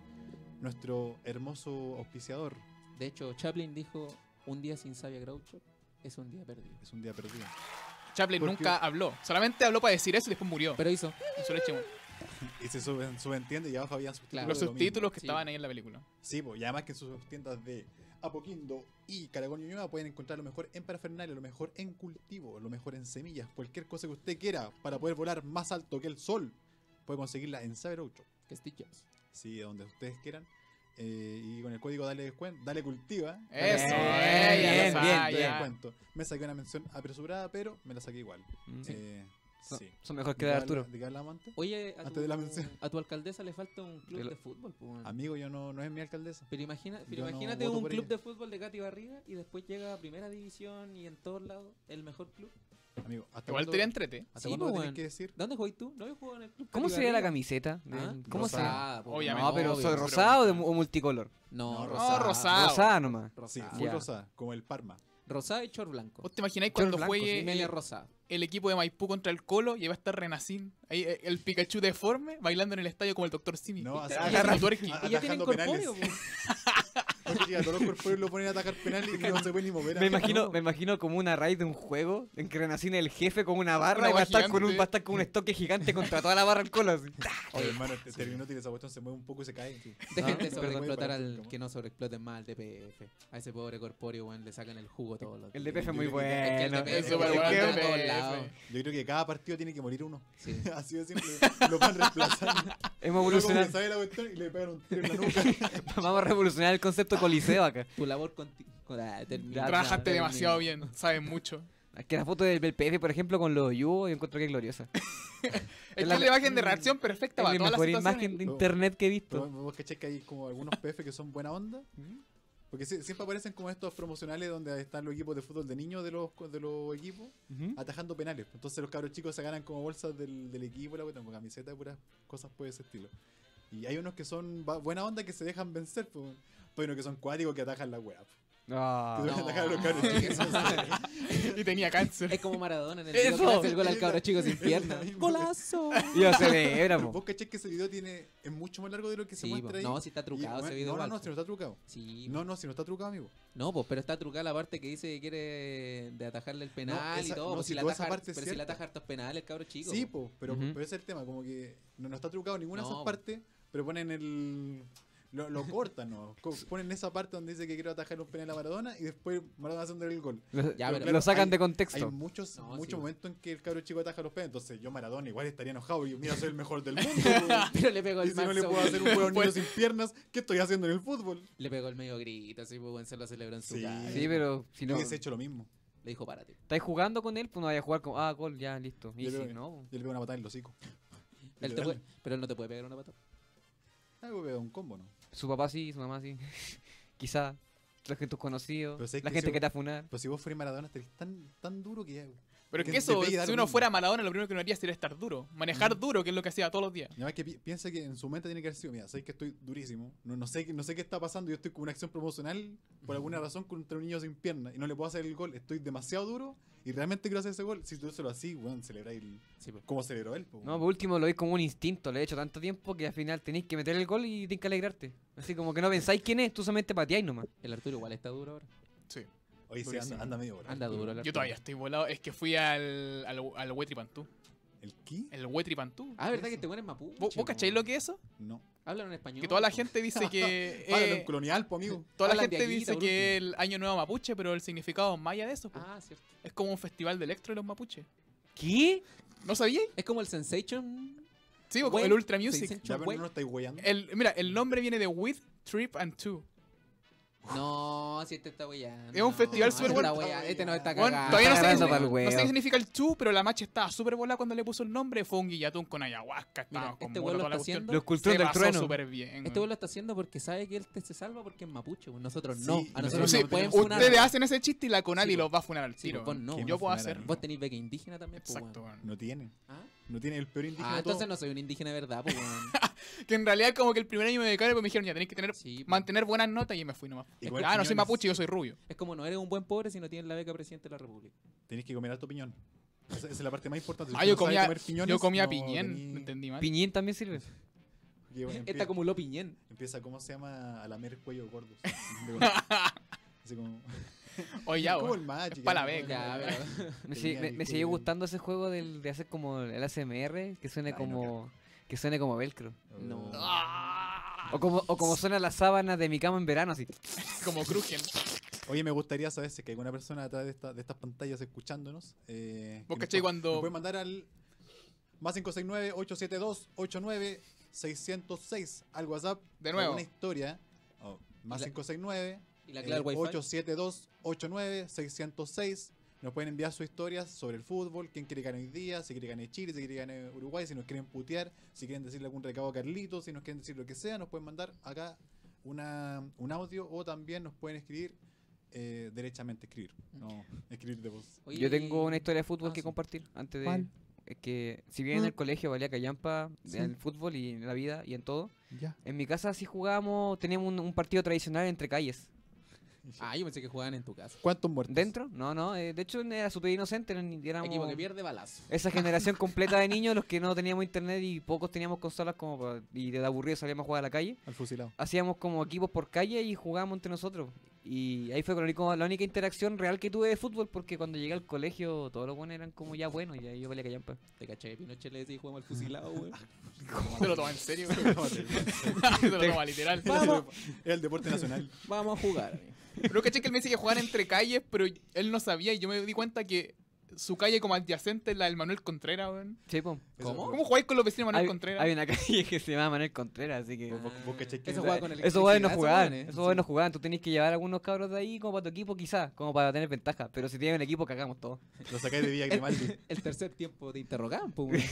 B: Nuestro hermoso auspiciador.
C: De hecho, Chaplin dijo: Un día sin Sabia Groucho es un día perdido.
B: Es un día perdido.
A: Chaplin
B: ¿Por
A: nunca habló. Solamente habló para decir eso y después murió.
C: Pero hizo.
A: Y solo eché un-
B: Y se suben- subentiende y abajo habían subtítulos.
C: Claro.
A: los
B: de lo
A: subtítulos
B: mismo.
A: que
C: Sí.
A: estaban ahí en la película.
B: Sí, po, y además que en sus tiendas de Apoquindo y Caragón y Ñuñoa pueden encontrar lo mejor en parafernalia, lo mejor en cultivo, lo mejor en semillas, cualquier cosa que usted quiera para poder volar más alto que el sol. Puede conseguirla en Saber 8.
C: Que Steve Jobs.
B: Sí, donde ustedes quieran. Eh, y con el código dale descuento, dale cultiva.
A: Eso,
B: Dale-
A: eh,
B: dale
D: bien,
B: descuento,
D: bien,
B: dale
A: bien.
B: descuento. Me saqué una mención apresurada, pero me la saqué igual.
D: Mm.
B: Eh,
D: Son-
B: sí.
D: Son mejor que de Arturo.
B: ¿De qué hablamos antes?
C: Oye, a
B: Antes
C: tu,
B: de la mención.
C: a tu alcaldesa le falta un club
D: De la-
C: de fútbol. po, weón.
B: Amigo, yo no, no es mi alcaldesa.
C: Pero, imagina, pero
B: Yo no
C: imagínate
B: voto
C: un
B: por
C: club
B: ella.
C: de fútbol de Katy Barriga y después llega a primera división y en todos lados el mejor club.
B: Amigo, hasta
A: Igual pues,
B: cuándo-
A: te entrete.
B: ¿Hasta
C: Sí,
B: cuándo
C: po,
B: lo tenés
C: weón.
B: que decir?
C: ¿Dónde jugáis tú? ¿No había jugado en el club?
D: ¿Cómo
C: Katy
D: sería la
C: Barriga?
D: camiseta? de-
C: ¿Ah?
D: ¿Cómo se
B: Rosada.
C: po, weón.
A: Obviamente.
D: No, pero
A: Obvio,
D: ¿soy
A: pero-
D: rosado o de mu- o multicolor?
C: No,
B: No,
C: rosada.
A: rosada. Ah,
D: Rosada nomás.
B: Sí,
C: Rosada.
B: muy
D: Ya.
B: rosada, como el Parma.
C: Rosada y chor blanco.
A: ¿Vos te imagináis cuando
D: blanco,
A: juegue
C: Y media
A: el,
C: rosada.
A: el equipo de Maipú contra el Colo y va a estar Renacín? Ahí eh, el Pikachu deforme bailando en el estadio como el Dr. Simi.
B: No,
A: Y
B: así-
A: haciendo twerking.
B: Ah,
C: Y ya tienen
B: atajando penales.
C: corpóreo, po.
B: Oye, a todos los corpóreos lo ponen a atacar penal y no se puede ni mover.
D: Me imagino, me imagino como una raid de un juego en que renacina el jefe con una barra
A: Una
D: y va a, estar
A: gigante.
D: con un, va a estar con un estoque gigante contra toda la barra al colo. así.
B: Oye, hermano, este terminó tiene esa cuestión, se mueve un poco y se cae.
C: Dejen
B: Ah,
C: de sobreexplotar
B: perdón.
C: al que no sobreexploten más al DPF. A ese pobre corpóreo, weón, le sacan el jugo todos los
D: El
C: días.
D: DPF es muy
B: Es que
D: bueno.
C: el DPF
A: Es
C: es
A: súper
C: que
A: bueno
C: queda
A: el
C: a todos
A: DPF.
C: lados.
B: Yo creo que cada partido tiene que morir uno.
C: Sí.
B: Así de simple. Lo van reemplazando.
D: Hemos
B: Uno como que
D: evolucionado.
B: sabe la cuestión y le pegan un tiro en la nuca.
D: Vamos a revolucionar el concepto coliseo acá.
C: Tu labor contigo. Ah, termina,
A: Trabajaste
C: termina.
A: demasiado bien, sabes mucho.
D: Es Que la foto del PF, por ejemplo, con los yugos, yo encuentro que es gloriosa.
A: Es
D: Es
A: que
D: la-
A: es la imagen de reacción perfecta
D: Es
A: para
D: la
A: todas las
D: mejor
A: situaciones.
D: imagen de
B: No.
D: internet que he
B: Pero
D: visto.
B: vos cachés que hay como algunos PF que son buena onda. Porque sí- siempre aparecen como estos promocionales donde están los equipos de fútbol de niños de los, de los equipos
D: Ujú.
B: atajando penales. Entonces los cabros chicos se ganan como bolsas del, del equipo, la cuestión, con camisetas, puras cosas por ese estilo. Y hay unos que son ba- buena onda que se dejan vencer, pues. Pero unos que son cuáticos que atajan la weá. pues.
D: Ah.
B: Que se
C: no.
B: atajan a los cabros chicos.
A: Y tenía cáncer.
C: Es como Maradona en el
D: Eso.
C: video que le hace el gol al cabro chico sin
B: Es la
C: pierna.
B: misma.
C: ¡Golazo!
D: Y lo celebra,
B: Pero
D: po.
B: vos cachés que ese video tiene, es mucho más largo de lo que se
C: Sí,
B: muestra
C: po.
B: ahí.
C: no, si está
B: Y,
C: trucado
B: bueno,
C: ese video.
B: No, no,
C: igual,
B: no,
C: po.
B: si no está trucado.
C: Sí,
B: No, no, si no está trucado, amigo.
C: No, pues, pero está trucada la parte que dice que quiere de atajarle el penal
B: esa-
C: y todo.
B: no,
C: pues,
B: si
C: si la
B: toda
C: ataja,
B: esa parte es
C: pero si la
B: cierta.
C: ataja hartos penales, el cabro chico.
B: Sí,
C: po.
B: po, pero,
D: Ujú.
B: pero ese es el tema, como que no, no está trucado ninguna de
C: No,
B: esas
C: po.
B: partes, pero ponen el... Lo, lo cortan, ¿no? Co- Ponen esa parte donde dice que quiero atajar un penal a Maradona y después Maradona hace un el gol.
D: Lo,
C: Ya, pero
D: lo
B: claro,
D: sacan
B: hay-
D: de
B: Hay
D: contexto.
B: muchos,
C: No,
B: muchos
C: sí.
B: momentos en que el cabro chico ataja los penales, entonces yo Maradona igual estaría enojado y mira, soy el mejor del mundo. po.
C: Pero le pegó
B: y
C: el
B: si no le
C: manso,
B: puedo hacer un
C: weón.
B: juego a un niño sin piernas, ¿qué estoy haciendo en el fútbol?
C: Le pegó el medio grito, así, pues, weón, se lo celebró en su
B: Sí.
C: cara.
D: Sí, pero si
B: Yo
D: no
B: hubiese hecho lo mismo.
C: Le dijo, párate.
D: estáis jugando con él, pues no vaya a jugar con. Ah, gol, ya, listo.
B: Yo
D: Easy,
B: creo que-
D: ¿no?
B: Yo le pego una patada en el hocico.
C: Él te
B: Literal.
C: puede- pero él no te puede pegar una patada.
B: Ah, yo pego un combo, ¿no?
D: Su papá sí, su mamá sí. Quizá. Los que tus conocidos.
B: Pero sé
D: La
B: que
D: gente
B: si-
D: que te afunar.
B: Pero si vos fueras Maradona estarías tan, tan duro que...
A: Pero es
B: Que
A: que
B: te
A: eso,
B: pegue dar
A: si uno
B: un-
A: fuera Maradona, lo primero que uno haría sería estar duro. Manejar
B: Mm.
A: duro, que es lo que hacía todos los días.
B: Y Además que pi- piensa que en su mente tiene que haber sido, mira, sabéis que estoy durísimo, no, no, sé, qué- no sé qué está pasando, yo estoy con una acción promocional por alguna razón contra un niño sin pierna y no le puedo hacer el gol, estoy demasiado duro y realmente quiero hacer ese gol. Si tú se lo así, weón, celebráis el-
C: Sí, pues.
B: como celebró él. po,
D: No,
B: weón.
D: por último lo veis como un instinto. Lo he hecho tanto tiempo que al final tenéis que meter el gol y tenéis que alegrarte. Así como que no pensáis quién es, tú solamente pateáis nomás.
C: El Arturo igual está duro ahora.
A: Sí.
B: Oye, sí,
A: durísimo.
B: anda, anda medio volado.
C: Anda duro el
A: Yo
C: Arturo.
A: todavía estoy volado. Es que fui al, al, al Huetripantú.
B: ¿El qué?
A: El Huetripantú.
C: Ah, ¿verdad que te en mapuche?
A: ¿Vos, vos cacháis lo que es eso?
B: No.
C: Hablan en español.
A: Que toda la
C: po.
A: gente dice que.
B: Páralo,
A: eh,
B: un colonial, po, amigo.
A: toda la
C: Hablan de
A: gente
C: Aguita,
A: dice
C: por
A: que el año nuevo mapuche, pero el significado maya de eso pues, po.
C: Ah, cierto.
A: es como un festival de electro de los mapuches.
D: ¿Qué?
A: ¿No sabíais?
C: Es como el Sensation.
A: Sí, o como
C: Güey,
A: el Ultra
C: se
A: Music.
C: dicen
B: Ya, pero
C: güey.
B: no lo estáis weyando.
A: El, mira, el nombre viene de With, Trip and Two.
C: No, si este está weyando.
A: Es un festival
C: No,
A: súper
C: este
A: bueno.
C: está weyando, Este no está
A: Bueno,
C: cagando.
A: todavía no
D: está
A: sé, qué
D: cagando
A: significa-
D: pa'l
A: no sé qué
D: huevo.
A: significa el chu, pero la macha estaba súper volada cuando le puso el nombre. Fue un guillatón con ayahuasca.
C: Mira,
A: Estaba con
C: este
A: moro,
C: güey lo
A: toda la
C: está
A: cuestión.
C: haciendo.
D: Los culturas del
A: pasó
D: trueno.
A: súper bien.
C: Este güey lo está haciendo porque sabe que él te- se salva porque es mapuche. güey. Nosotros
B: Sí,
C: no.
B: y
C: A
B: nosotros
C: nosotros
A: Sí,
C: no pueden
B: ustedes
C: funar.
A: Ustedes hacen ese chiste y la Conadi
C: Sí,
A: los va a funar al
C: Sí, pues,
A: tiro.
C: vos no.
B: Que
A: Yo
B: no
A: puedo
B: funaran.
A: hacer.
C: Vos tenés beca indígena también, pues,
A: Exacto,
C: weón.
A: weón.
B: No tiene.
C: ¿Ah?
B: No tiene el peor indígena
C: Ah,
B: de todos.
C: entonces no soy un indígena de verdad, pues, weón.
A: Que en realidad como que el primer año me becaron, pues me dijeron, ya tenéis que tener,
C: Sí, po.
A: mantener buenas notas y me fui nomás.
B: Y comer
A: ah, no soy
B: piñones.
A: mapuche, yo soy rubio.
C: Es como no eres un buen pobre si no tienes la beca presidente de la República.
B: Tenés que comer alto piñón. Esa, esa es la parte más importante. Si
A: Ah,
B: usted
A: yo
B: no sabe
A: comía,
B: comer piñones,
A: yo comía
B: no
A: piñén,
B: tení-
A: no entendí mal.
D: Piñín también sirve.
B: Y bueno,
C: Esta
B: empieza-
C: como lo piñén.
B: Empieza, ¿cómo se llama? A lamer cuello gordos. De- Así como.
A: Oye, ya,
B: como el
A: weón.
B: Magic. ¿eh?
A: Es pa' la
B: ¿no?
A: beca.
C: Ya, pero.
B: Tenía
D: Me, sigue- me-
B: el
D: me siguió
B: cuello-
D: gustando ese juego del, de hacer como el ASMR, que suene
B: Ay, no,
D: como. que suene como velcro.
C: No.
A: Ah,
D: O como, o como suena la sábana de mi cama en verano, así.
A: como crujen.
B: Oye, me gustaría saber si es que alguna persona atrás de, esta- de estas pantallas escuchándonos. Eh,
A: Vos
B: que nos
A: cachai
B: pu-
A: cuando-
B: nos Pueden mandar al. Más 569-872-89606 al WhatsApp.
A: De nuevo.
B: Una historia. Oh, más
C: La-
B: 569.
C: Y la clave del wifi.
B: 872-89-606. Nos pueden enviar sus historias sobre el fútbol, quién quiere ganar hoy día, si quiere ganar Chile, si quiere ganar Uruguay, si nos quieren putear, si quieren decirle algún recado a Carlito, si nos quieren decir lo que sea, nos pueden mandar acá una, un audio o también nos pueden escribir eh, derechamente, escribir, no escribir de voz.
C: Oye,
D: Yo tengo una
C: y-
D: historia de fútbol
C: Ah,
D: que
C: sí.
D: compartir antes de.
B: ¿Cuál? Mm.
D: Es que si bien en el colegio valía callampa
B: Sí.
D: en el fútbol y en la vida y en todo,
B: Ya.
D: en mi casa sí jugábamos, teníamos un, un partido tradicional entre calles.
C: Ah, yo pensé que jugaban en tu casa.
B: ¿Cuántos muertos?
D: ¿Dentro? No, no. eh, de hecho, era súper inocente. eran- éramos-
C: Equipo que pierde balazo.
D: Esa generación completa de niños, los que no teníamos internet y pocos teníamos consolas como pa- y de aburrido salíamos a jugar a la calle,
B: Al fusilado.
D: hacíamos como equipos por calle y jugábamos entre nosotros. Y ahí fue con lo único- la única interacción real que tuve de fútbol, porque cuando llegué al colegio todos los buenos eran como ya buenos y ahí yo valía callampa.
C: Te caché, Pinochet le decía jugamos al fusilado, güey.
A: Se lo toma en serio, güey. Se lo toma literal.
C: Vamos.
B: Es el deporte nacional.
C: Vamos a jugar. amigo.
A: Pero caché que él me dice que jugar entre calles, pero él no sabía y yo me di cuenta que su calle como adyacente es la del Manuel Contreras, weón.
D: Sí, po.
C: ¿Cómo?
A: ¿Cómo jugáis con los vecinos de Manuel
D: Oh. Hay,
A: Contreras?
D: hay una calle que se llama Manuel Contreras, así que...
B: Vos- vos cachai que-
C: Eso juega Ah, con
D: Esos güeyes no
C: electricidad, esos
D: jugaban, esos
C: güeyes.
D: güeyes no jugaban. Tú tenías que llevar a algunos cabros de ahí como para tu equipo, quizás, como para tener ventaja. Pero si tienes un equipo, cagamos todo.
B: Lo sacáis de Villa Grimaldi.
C: El tercer tiempo te interrogaban, pues. güey.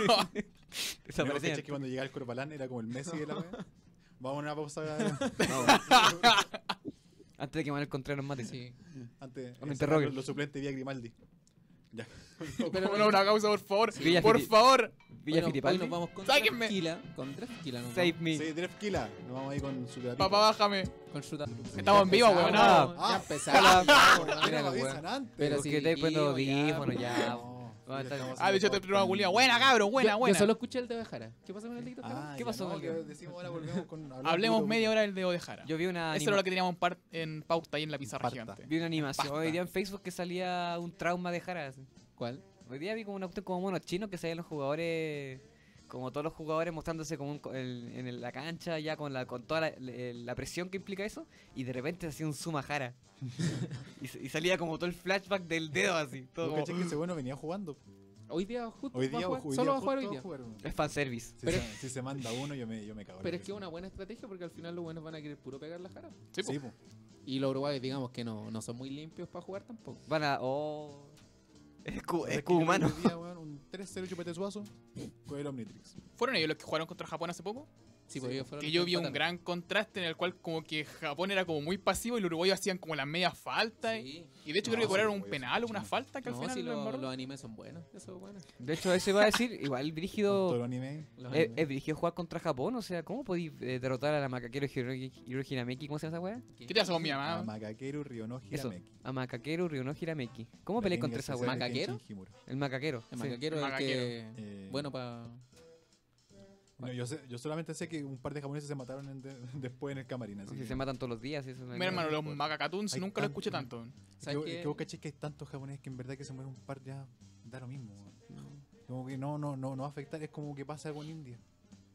B: No, vos cachai que cuando llegaba el Corpalán era como el Messi de la wea. Vamos a una pausa
D: Antes de que Manuel Contreras nos mate.
C: Sí.
B: antes.
D: No me interrogue.
B: Los suplentes de Villa Grimaldi. Ya.
A: Pero bueno, una causa, por favor.
D: Villa
A: por
D: Fiti-
A: favor.
D: Villa
C: Bueno,
D: Fittipaldi.
C: hoy nos vamos contra
A: Sáquenme.
C: Fila. Contra Fila, nos
D: Save
C: vamos.
D: me.
B: Sí, Dref Kila. Nos vamos ahí con su gratito.
A: Papá, bájame.
C: Con su
A: Estamos en vivo,
C: weón.
A: weón.
D: Ah,
C: Ya
B: ah.
C: empezamos.
B: Ah,
D: Mira
B: no,
D: la
B: avisan
D: wea.
B: antes.
C: Pero
D: Porque
C: sí,
D: te poniendo
C: ya,
D: audífonos ya. po.
B: No,
D: Ah,
B: ya
D: está-
B: estamos
A: Ah, de hecho te
B: haciendo
A: primero a
B: podcast.
A: Julia. Buena, cabro, buena,
C: Yo-
A: buena.
C: Yo solo escuché el de Bajara. ¿Qué pasó con el dictador?
B: Ah,
D: ¿Qué
B: ya
D: pasó
B: no,
D: con el-
B: que decimos ahora volvemos con hablar
A: Hablemos
B: puro-
A: media hora del dedo de Jara.
D: Yo vi una,
A: Eso
D: anima-
A: era lo que teníamos en, par- en pauta ahí en la pizarra
B: En parta.
A: gigante.
D: vi una animación
A: Basta.
D: hoy día en Facebook que salía un trauma de Jara. así.
C: ¿Cuál?
D: Hoy día vi como una cuestión como monos chinos que salían los jugadores, como todos los jugadores mostrándose como un co- el- en el- la cancha, ya con la con toda la, le- la presión que implica eso, y de repente hacía un Sumajara. y, sa- y salía como todo el flashback del dedo así. Todo
B: Vos
D: como,
B: cachai que ese bueno venía jugando.
C: Hoy día justo.
B: Hoy
C: va a
B: día,
C: jugar-
B: hoy
C: Solo
B: día
C: va a jugar hoy
B: justo
C: día.
B: jugaron.
D: es fanservice.
B: Si,
C: Pero-
B: se, si se manda uno, yo me, yo me cago. en la
C: Pero es que es
B: risa.
C: una buena estrategia porque al final los buenos van a querer puro pegar la jara.
A: Sí, po.
B: Sí, po.
C: Y los uruguayos, digamos que no, no son muy limpios para jugar tampoco.
D: Van a. Oh. Es cu-
B: Pero
D: es
B: que yo creo
D: cubano.
B: que hoy día, weón, un 3-0 chupete suazo con el Omnitrix.
A: ¿Fueron ellos los que jugaron contra Japón hace poco?
C: Sí, pues ellos fueron
A: Que
C: los
A: yo vi un
C: empataron.
A: gran contraste en el cual como que Japón era como muy pasivo y los uruguayos hacían como las medias faltas.
C: Sí.
A: Y de hecho
B: No,
A: creo que cobraron
B: sí, los
A: un
B: uruguayos
A: penal o
B: son
A: una
B: chinos.
A: falta que al
C: No,
A: final
C: si
A: lo
C: lo-
A: embarró.
C: los animes son buenos. Eso es bueno.
D: De hecho, eso iba a decir, igual
B: Todo el
D: brígido.
B: anime.
C: Los
D: Es,
C: animes.
D: es brígido jugar contra Japón, o sea, ¿cómo podí eh, derrotar a la macaquero Hiroki- Hiro Hirameki? ¿Cómo se llama esa weá?
A: ¿Qué te hace con mi mamá?
B: Ah, Makakeru Riono
D: Eso,
B: Hirameki.
D: a Macaquero Riono Hirameki. ¿Cómo peleé contra esa weá?
C: especial. ¿Macaquero?
D: El macaquero.
C: El
D: sí.
C: macaquero es el
A: Macaquero.
C: que.
B: Eh,
C: Bueno, para.
B: No, yo, sé- yo solamente sé que un par de japoneses se mataron en- de- después en el camarín. Así
D: Si
B: que-
D: se matan todos los días. Eso no es
A: Mira, hermano, los
D: mejor.
A: Macacatuns
B: Hay
A: nunca lo
B: tanto-
A: escuché tanto.
B: Es que,
C: ¿Sabes
B: vos-
C: qué?
B: es que vos cachés que hay tantos japoneses que en verdad que se mueren un par ya da lo mismo. weón. Como que no, no, no, no va a afectar. Es como que pasa con India.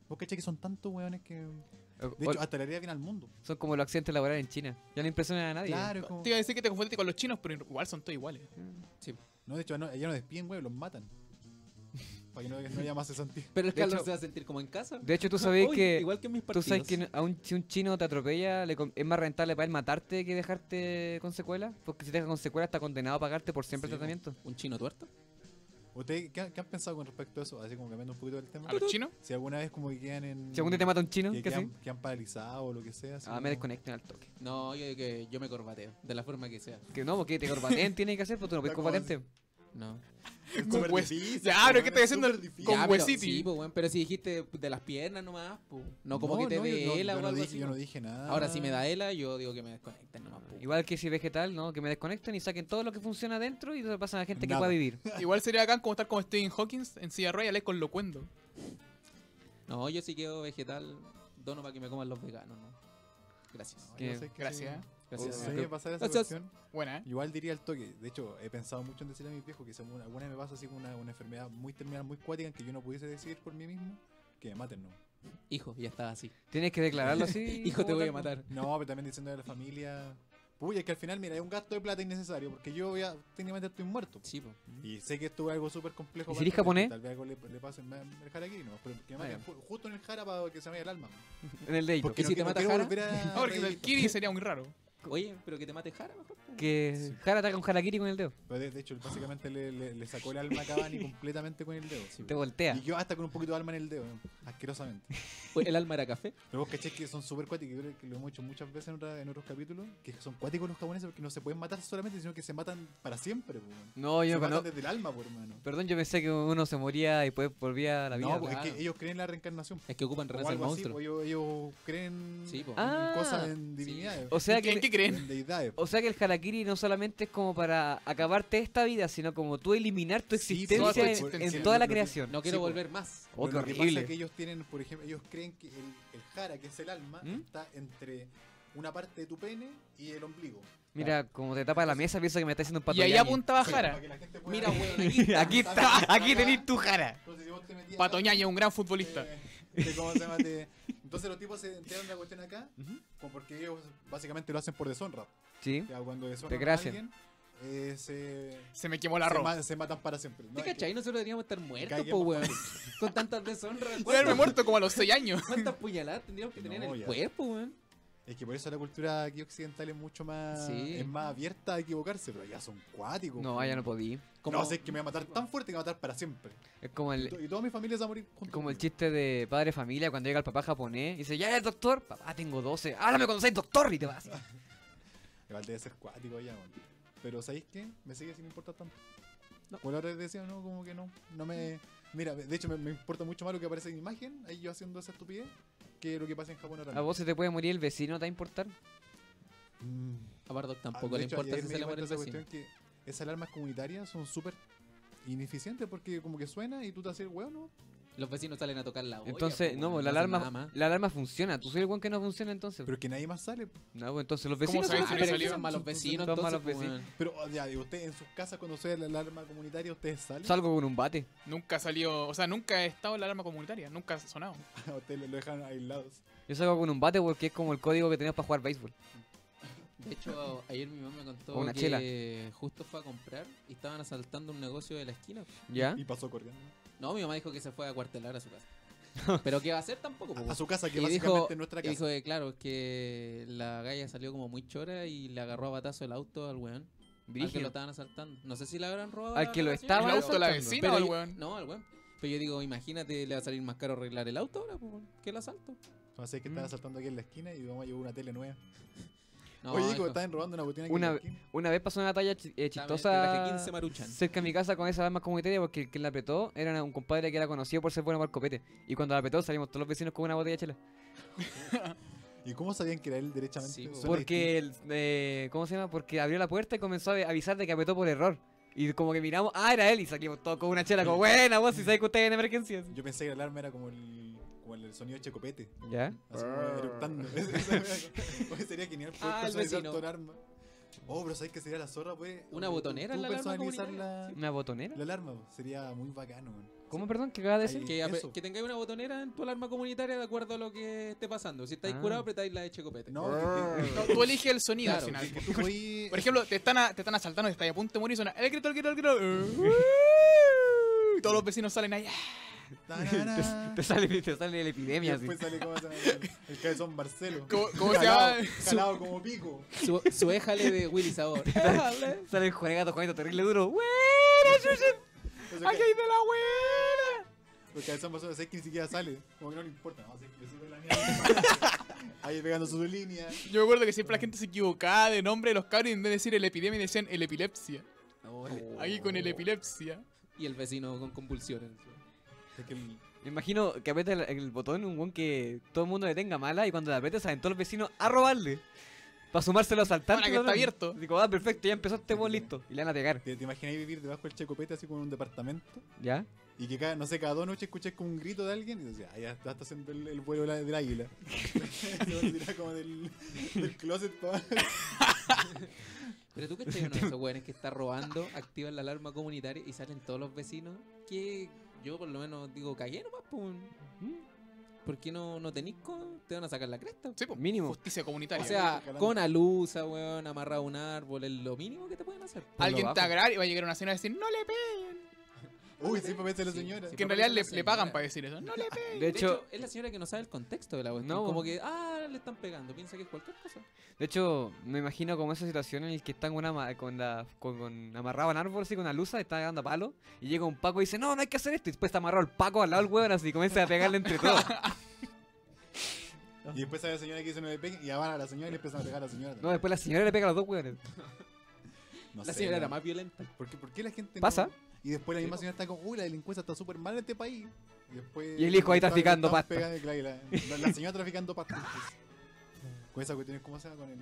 B: Vos cachés que son tantos weones que. De
D: O-
B: hecho,
D: o-
B: hasta la idea viene al mundo.
D: son como los accidentes laborales en China. Ya no impresionan a nadie. Ah.
B: Claro, es como.
A: Te iba a decir que te confundiste con los chinos, pero igual son todos iguales.
B: No, de hecho, no, ellos no despiden, weón, los matan. Para que no, no haya más ese sentido.
C: Pero el
D: de
C: Carlos
D: hecho-
C: se va a sentir como en casa.
D: De hecho, tú sabes
C: Uy,
D: que.
C: Igual que en mis
D: Tú
C: partidos.
D: sabes que no- a un, si un chino te atropella, le con- es más rentable para él matarte que dejarte con secuelas. Porque si te deja con secuelas, está condenado a pagarte por siempre
B: Sí,
D: el tratamiento.
C: ¿Un chino tuerto?
B: ¿Ustedes qué, han- qué han pensado con respecto a eso? Así como cambiando un poquito el tema.
A: ¿A los chinos?
B: Si alguna vez como que quedan en.
D: Si algún día te mata un chino,
B: que
D: ¿qué
B: quedan,
D: así?
B: quedan paralizados o lo que sea. así
D: Ah, me
B: como-
D: desconecten al toque.
C: No, yo, que yo me corbateo. De la forma que sea.
D: Que no, porque te corbateen tiene que hacer, porque tú no puedes
B: Está como así.
D: corbatearte.
C: No.
B: Es
A: Con
B: súper
A: hues-
B: difícil,
A: Ya, pero
B: weón,
A: ¿qué estoy
B: es
A: haciendo?
B: súper difícil.
A: Con
C: pero,
A: huesiti.
C: Sí, po, weón, pero si dijiste de las piernas nomás, po. No como que te
B: no, yo-
C: dé
B: no,
C: ela
B: yo
C: o
B: no
C: algo
B: dije-
C: así.
B: Yo
C: po.
B: no dije nada.
C: Ahora, si me da ela, yo digo que me desconecten nomás, po.
D: Igual que si vegetal, ¿no? Que me desconecten y saquen todo lo que funciona adentro y se lo pasan a gente
B: Nada.
D: que pueda vivir.
A: Igual sería acá como estar con Stephen Hawking en silla de ruedas y hablar con Locuendo.
C: No, yo sí quedo vegetal. Dono para que me coman los veganos, ¿no? Gracias.
B: No, yo
D: que-
B: sé que
A: Gracias.
B: sí.
C: Gracias.
B: Si a mí me pasara esa
C: Gracias.
B: cuestión,
A: Buena, ¿eh?
B: igual diría el toque. De hecho, he pensado mucho en decirle a mis viejos que si alguna alguna vez me pasa así con una, una enfermedad muy terminal, muy cuática, en que yo no pudiese decidir por mí mismo, que me maten, no.
C: Hijo, ya estaba así.
D: Tienes que declararlo así.
C: Hijo, te
D: como
C: voy
D: tal, pues.
C: a
D: ¿no?
C: matar.
B: No, pero también diciendo a la familia. Uy, es que al final, mira, es un gasto de plata innecesario, porque yo voy a, técnicamente estoy muerto.
C: Sí, po.
B: Y sé que esto es algo súper complejo.
D: ¿Y
B: para
D: si eres
B: entender,
D: japonés?
B: Tal vez algo le, le pase en el jara aquí, no, pero que me
D: Ah,
B: maten ju- justo en el jara para que se me vaya el alma.
D: En el dedito.
B: Porque
C: ¿Y si te
B: no,
C: mata
B: quiero
C: Jara?
B: volver a
A: No, porque
B: Ah, reír.
A: el Kiri sería muy raro.
C: Oye, pero que te mate Jara mejor. po.
D: Que Jara ataca un Harakiri con el dedo.
B: Pero de, de hecho, él básicamente le, le- le sacó el alma a Cavani completamente con el dedo.
D: Te voltea.
B: Y yo hasta con un poquito de alma en el dedo, ¿no? asquerosamente.
C: Oye, El alma era café.
B: Pero vos cachés que son súper cuáticos, yo creo que lo hemos hecho muchas veces en, otra- en otros capítulos, que son cuáticos los japoneses porque no se pueden matar solamente, sino que se matan para siempre, po.
D: No,
B: Se
D: yo
B: matan
D: no,
B: desde el alma, por hermano.
D: Perdón, yo pensé que uno se moría y después volvía a la vida.
B: No, pues, es
C: claro.
B: que ellos creen en la reencarnación.
C: Es que ocupan
B: O
C: renacer
B: algo así,
C: monstruo.
B: pues, ellos, ellos creen
C: Sí, po.
B: en
D: Ah,
B: cosas en
C: sí.
B: divinidades.
D: o sea
A: ¿En
D: que
A: qué creen.
B: en deidades.
D: O sea que el harakiri no solamente es como para acabarte esta vida, sino como tú eliminar tu
B: Sí,
D: existencia,
A: toda tu
D: en- en,
A: existencia.
D: toda la
B: Lo que-
D: creación.
C: No quiero
B: Sí, po.
C: volver más.
D: Oh,
B: Pero
D: qué
B: lo que pasa
D: horrible.
B: es que ellos tienen, por ejemplo, ellos creen que el, el jara, que es el alma,
D: ¿Mm?
B: está entre una parte de tu pene y el ombligo.
D: Mira, como te tapa la mesa, pienso que me está haciendo un
A: Y ahí
D: patoñaño.
A: apuntaba
B: Para
A: Ah, Jara.
B: que la gente pueda-
C: Mira, weón, aquí está.
D: aquí está, aquí tenés tu jara.
B: Entonces, si vos te metías acá,
A: Patoñaña, un gran futbolista.
B: te- te- ¿cómo se llama? Te- Entonces los tipos se enteran de la cuestión acá,
D: Ujú.
B: como porque ellos básicamente lo hacen por deshonra.
D: Sí.
B: Ya cuando deshonran a
D: Desgracia.
B: alguien, eh, se,
A: Se me quemó la
B: se,
A: ropa.
B: ma- se matan para siempre. ¿no?
C: ¿Te
B: Es que-
C: cachai? Nosotros deberíamos estar muertos, po,
B: Caguemos,
C: weón. Con tantas deshonras.
A: Voy a haberme
C: ¿Cuántas-
A: muerto como a los 6 años.
C: ¿Cuántas puñaladas tendríamos que tener
B: No,
C: en el
B: ya.
C: cuerpo, weón?
B: Es que por eso la cultura aquí occidental es mucho más,
C: Sí.
B: es más abierta a equivocarse, pero allá son cuáticos.
D: No, ya no podí.
B: No, sé, es que me va a matar tan fuerte que me va a matar para siempre.
D: Es como
B: Y,
D: el,
B: to- y toda mi familia se va a morir junto.
D: Como el chiste de padre familia cuando llega el papá japonés y dice, ya eres doctor, papá tengo 12, háblame cuando seas doctor y te vas.
B: Igual debe ser cuático allá, weón. Pero ¿sabéis qué? Me sigue sin importar tanto.
C: No.
B: Por ahora decía, no, como que no. No me. Mira, de hecho me, me importa mucho más lo que aparece en imagen, ahí yo haciendo esa estupidez, que lo que pasa en Japón ahora.
D: A vos se te puede morir el vecino, ¿te va a importar?
B: Mm.
C: A Bardock
B: Ah,
C: tampoco
B: de
C: le
B: hecho,
C: importa
B: ayer
C: si
B: me
C: se
B: di
C: le muere
B: cuenta
C: el
B: esa
C: vecino.
B: cuestión que esas alarmas comunitarias son súper ineficientes porque como que suena y tú te haces el huevo, ¿no?
C: Los vecinos salen a tocar la olla.
D: Entonces,
C: po,
D: no,
C: weón,
D: la
C: hacen nada
D: alarma,
C: más.
D: la alarma funciona, tú soy el weón que no funciona entonces.
B: Pero que nadie más sale.
D: No, pues, entonces los
A: ¿Cómo
D: vecinos
A: sabes
D: son
A: si
D: los
A: no
D: que
A: salió?
C: Son malos vecinos,
D: Son
C: entonces,
D: malos
C: po,
D: vecinos.
C: weón.
B: Pero o sea, de usted en sus casas cuando suena la alarma comunitaria, ustedes salen.
D: Salgo con un bate.
A: Nunca salió, o sea, nunca he estado en la alarma comunitaria, nunca ha sonado.
B: A ustedes lo dejan aislados.
D: Yo salgo con un bate porque es como el código que tenemos para jugar béisbol.
C: De hecho, ayer mi mamá me contó
D: O una
C: que
D: chela.
C: justo fue a comprar y estaban asaltando un negocio de la esquina. pues.
D: ¿Ya?
B: Y pasó corriendo.
C: No, mi mamá dijo que se fue a cuartelar a su casa. Pero qué va a hacer tampoco, po,
B: A
C: weón.
B: su casa, que
C: Ah, Y
B: básicamente
C: dijo,
B: es nuestra
C: y
B: casa.
C: dijo que claro, que la galla salió como muy chora y le agarró a batazo el auto al weón. Al que lo
D: Brígido.
C: estaban asaltando. No sé si le habrán robado.
D: Al
C: la-
D: que lo
C: la
A: ¿El
D: Estaba
C: señora.
A: auto de la
D: asaltando.
A: vecina
C: Pero
A: o el
C: yo-
A: weón?
C: No, al weón. Pero yo digo, imagínate, le va a salir más caro arreglar el auto ahora, po, que el asalto.
B: Así que
D: Mm.
B: están asaltando aquí en la esquina y vamos a llevar una tele nueva.
C: No,
B: Oye,
C: hijo,
B: digo, estaban robando una botella aquí
D: Una-
B: en la esquina.
D: Una vez pasó una talla chi- eh,
C: dame- te
D: chistosa
C: traje 15 maruchan.
D: cerca de mi casa con esa alarma comunitaria porque el que la apretó era un compadre que era conocido por ser bueno para el copete. Y cuando la apretó salimos todos los vecinos con una botella de chela.
B: ¿Y cómo sabían que era él derechamente?
C: Sí,
B: Suena
D: Porque, el, eh, ¿cómo se llama? Porque abrió la puerta y comenzó a avi- avisar de que apretó por error. Y como que miramos, ah, era él, y salimos todos con una chela, como, buena, vos, si sabes que usted en emergencias.
B: distinto. Yo pensé que el alarma era como el, como el sonido de Checopete.
D: ¿Ya?
B: Así como eructando. Oye, sería genial poder
C: Ah, el
B: personalizar
C: vecino.
B: tu alarma. Oh, pero ¿sabes qué sería la zorra? Pues,
C: Una
B: Tú-
C: botonera
B: tú
C: en la alarma
B: personalizar
C: comunitaria,
B: la,
D: ¿Una botonera?
B: la alarma. pues, Sería muy bacano. man.
D: ¿Cómo, perdón? ¿Qué acabas de decir?
B: Ahí.
C: Que,
B: Eso.
C: apre- que tengáis una botonera en tu alarma comunitaria de acuerdo a lo que esté pasando. Si estáis
D: Ah.
C: curados, apretáis la de Checopete.
B: No,
C: Ah.
B: que-
A: No, tú eliges el sonido
C: Claro.
A: al final.
B: que- que tú podí-
A: Por ejemplo, te están, a- te están asaltando, estás a punto de morir y suena el grito, el grito, el grito. Y todos los vecinos salen ahí. "Ah,
B: Ta, na, na.
D: Te sale, te sale la
B: Y
D: epidemia, así.
B: después sale como el, el cabezón Marcelo.
A: ¿Cómo- cómo se
B: Jalado-
A: llama?
B: Jalado como pico.
C: Su, su éjale de Willy Sabor. Éjale.
D: Sale el juegato, juegato terrible duro. ¡Buena,
B: Entonces,
D: ¡Aquí hay de la buena!
B: Porque a veces pasó, sé que ni siquiera sale. Como que no le importa, no, sé que le sube la mierda. Ahí pegando su línea.
A: Yo me acuerdo que siempre la gente se equivocaba de nombre de los cabros y en vez de decir el epidemia decían el epilepsia. Aquí con el epilepsia.
C: Oh. Y el vecino con convulsiones.
B: Es que el-
D: Me imagino que aprieta el, el botón un buen que todo el mundo le tenga mala y cuando la aprieta salen todos los vecinos a robarle. Para sumárselo a saltar.
A: Ahora que está abierto.
D: Digo, ah, perfecto, ya empezó este buen listo. Y le van a pegar.
B: ¿Te, te imaginas vivir debajo del checopete así como en un departamento?
D: ¿Ya?
B: Y que cada, no sé, cada dos noches escuchas como un grito de alguien y decías, ah, ya está, está haciendo el, el vuelo de la- del águila. Se tira como del, del closet para abajo.
C: Pero tú que estás uno de esos weones que está robando, activan la alarma comunitaria y salen todos los vecinos. Que yo por lo menos digo, cagué nomás, pum. ¿Por qué no, no tenéis con? Te van a sacar la cresta.
A: Sí, po.
D: Mínimo.
A: Justicia comunitaria.
C: O sea,
B: Jalando.
C: con alusa, weón, amarrado a un árbol, es lo mínimo que te pueden hacer.
D: Por lo
A: Alguien te
D: bajo.
A: agraria y va a llegar una señora a decir no le peguen.
B: Uy, siempre aparece la
C: Sí,
B: señora.
C: sí,
A: Que en
C: Siempre
A: realidad
C: aparece
A: le,
C: la
A: le pagan
C: señora.
A: para decir eso. No le peguen.
D: De hecho,
C: es la señora que no sabe el contexto de la cuestión.
D: No,
C: como
D: po.
C: que, ah, le están pegando, piensa que es cualquier cosa.
D: de hecho, me imagino como esa situación en la que están con, ama- con la con, con- amarrado a un árbol así con una luza, está dando palo, y llega un Paco y dice, no, no hay que hacer esto, y después está amarrado el Paco al lado del hueón así y comienza a pegarle entre todos.
B: Y después sale la señora que dice no le peguen y ya van a la señora y le empiezan a pegar a la señora.
D: No, después la señora le pega a los dos hueones.
B: No
C: la
B: sé,
C: señora era
B: ¿no?
C: más violenta.
B: ¿Por qué, por qué la gente no-
D: Pasa.
B: Y después la
C: Sí,
B: misma
C: po.
B: señora está como, uy, la delincuencia está súper mal en este país. Y, después,
D: Y el hijo ahí
B: está-
D: traficando
B: está
D: pasta.
B: pegando- claro, y la, la- la señora traficando pasta. pues. Con esa cuestión, ¿cómo se llama? Con el,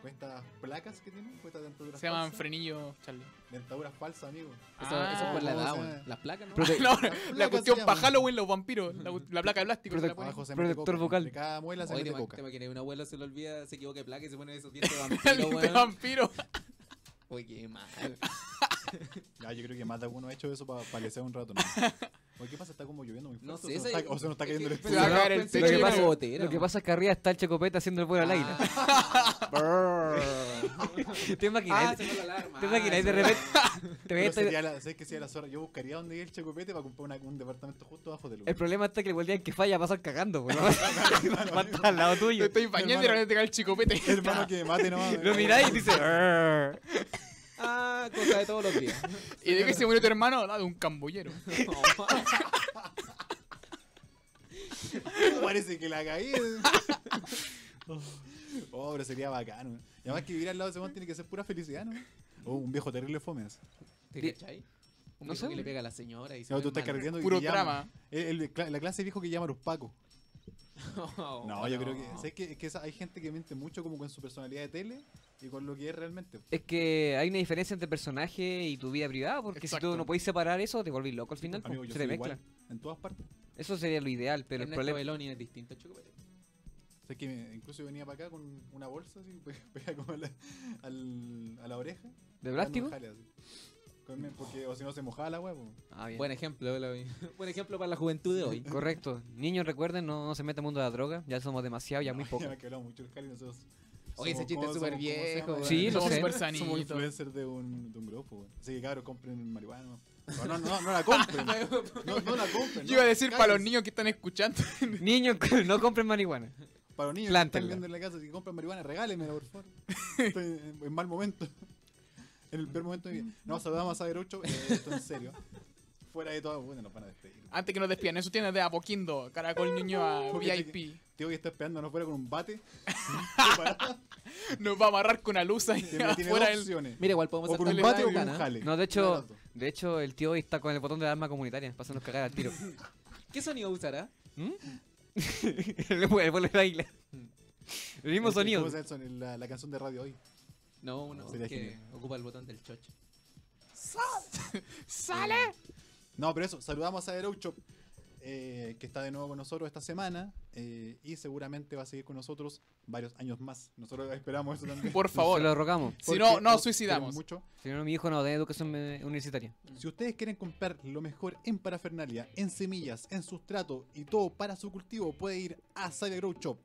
B: Con estas placas que tienen, con estas dentaduras
A: Se llaman
B: falsas.
A: frenillo, Charlie.
B: Dentaduras falsas, amigo.
C: Eso, eso es
A: Ah.
C: por la
B: ¿cómo se
C: down.
B: llama?
C: Las placas, ¿no?
D: Prote-
A: No,
B: se
A: la cuestión
B: llama.
A: para Halloween, los vampiros. La, la placa de plástico. se la ponen.
B: Abajo se mete
D: Protector
B: coca.
D: vocal.
B: Entre cada muela se
C: Oye, te
B: mete
C: ma- te
B: coca.
C: imaginas, un abuelo se le olvida, se equivoca de placa y se pone esos dientes de
A: El
C: vampiro,
A: de
C: weón.
A: vampiro.
C: Oye, qué mal.
B: Ya, yo creo que más de alguno ha hecho eso para palecer un rato. ¿no? Oye, ¿qué pasa? Está como lloviendo muy
C: No
B: fuerte,
C: sé,
B: o, se
C: esa-
B: nos está- o se nos está
C: es que-
B: cayendo el
C: pero-
A: Se va a
B: estudio.
A: caer el
C: Lo
D: que este
A: techo. y
D: pasa-
A: la-
C: Botera,
D: Lo que
C: man.
D: pasa es que arriba está el chocopete haciendo el vuelo al aire. ¿Te
C: Ah,
D: imaginas?
C: se fue la alarma.
D: ¿Te
C: Ah,
D: imaginas?
C: se
D: De
C: fue la-
D: repente. te
B: Pero
D: veis esta-
B: sería la, ¿sabes qué sería la zorra? Yo buscaría dónde ir el checopete para comprar una- un departamento justo abajo del
D: El problema está que el día en que falla vas a estar cagando, pues, ¿no? Va a estar al lado
A: Te
D: tuyo.
A: estoy bañando y
B: Hermano.
A: realmente te cae el chicopete.
B: Hermano, que me mate nomás.
D: Lo miráis y dices. "Arr".
C: Ah, cosa de todos los días.
A: ¿Y de qué se murió tu hermano? Ah, de un camboyero.
B: Parece que la caí. oh, pero sería bacano. Y además que vivir al lado de ese man tiene que ser pura felicidad, ¿no? Oh, un viejo terrible fome. ese.
C: ¿Te cachai? Un
D: No
C: no
D: sé,
C: sé. que le
D: weón.
C: pega a la señora y se
B: No,
C: ve
B: tú estás
C: mal.
B: cargando y
A: Puro
B: que llama.
A: drama.
B: El- el- cla- la clase de viejo que llama a los pacos.
C: Oh, No,
B: No, yo creo que. ¿Sabes qué? Es que esa- hay gente que miente mucho como con su personalidad de tele y con lo que es realmente.
D: Es que hay una diferencia entre personaje y tu vida privada, porque si
A: Exacto.
D: tú no podés separar eso, te volvís loco al final,
B: Amigo,
D: pues,
B: yo
D: se te
B: soy
D: mezcla.
B: igual. En todas partes.
D: Eso sería lo ideal, pero el problema.
C: es distinto, chico.
B: ¿Sabes que me- incluso yo venía para acá con una bolsa así, pe- pegada como a la, al- a la oreja.
D: ¿De plástico?
B: dándome jale así. Con- Porque o si no se mojaba la huevo.
D: Ah, bien.
C: Buen ejemplo, lo vi. Buen ejemplo para la juventud de hoy.
D: Correcto. Niños, recuerden, no, no se metan en el mundo de la droga. Ya somos demasiado, ya muy poco.
B: que hablamos mucho del jale y nosotros.
C: Oye, ese
B: somos-
C: chiste
B: ¿cómo-
C: es súper
B: somos- cómo se
C: viejo,
B: llama?
C: weón.
D: Sí, lo
A: Somos
D: sé.
A: súper
B: Somos
A: sanitos.
B: influencers de un, de un grupo, weón. Así que cabros, compren marihuana. weón. No, no, no, no la compren. No, no la compren.
A: Yo iba a
B: no,
A: decir para los
B: cállense.
A: niños que están escuchando.
D: Niños, no compren marihuana.
B: Para los niños que
D: Plántenla.
B: están viendo en la casa, si compran marihuana, regálenmela, por favor. Estoy en, en mal momento. En el peor momento de mi vida. No, saludamos a Saberucho, eh, esto en serio. Fuera de todo, bueno, nos van a despedir.
A: Antes que nos despidan, eso tiene de Apoquindo, Caracol Niño a
B: Porque te-
A: VIP.
B: Tío que está esperando no fuera con un bate.
A: Nos va a amarrar con una luz ahí
B: Siempre tiene
A: afuera
B: dos
A: del...
B: opciones.
C: Mira, igual podemos
B: o con
C: saltar
B: un
C: la
B: bate o con
C: época,
B: un
C: ¿no?
B: jale.
D: No, de
B: Una
D: hecho,
B: las dos.
D: de hecho el tío hoy está con el botón de arma comunitaria. Para hacernos cagar al tiro.
C: ¿Qué sonido usará?
D: ¿Mm? el vuelo de la isla. El mismo
B: Este,
D: sonido.
B: ¿cómo se llama el sonido? La, la canción de radio hoy.
C: No, uno
B: Sería
C: que
B: genial.
C: ocupa el botón del chocho.
A: ¡Sale!
B: No, pero eso, saludamos a Deroucho, eh, que está de nuevo con nosotros esta semana eh, y seguramente va a seguir con nosotros varios años más. Nosotros esperamos eso también.
A: Por
D: Se lo
A: favor.
D: rogamos.
A: Si
B: Porque
A: no,
B: os
A: nos
B: queremos
A: suicidamos.
B: mucho.
D: Si no, mi hijo no de educación eh, universitaria.
B: Si ustedes quieren comprar lo mejor en parafernalia, en semillas, en sustrato y todo para su cultivo, puede ir a Sabe Grow Shop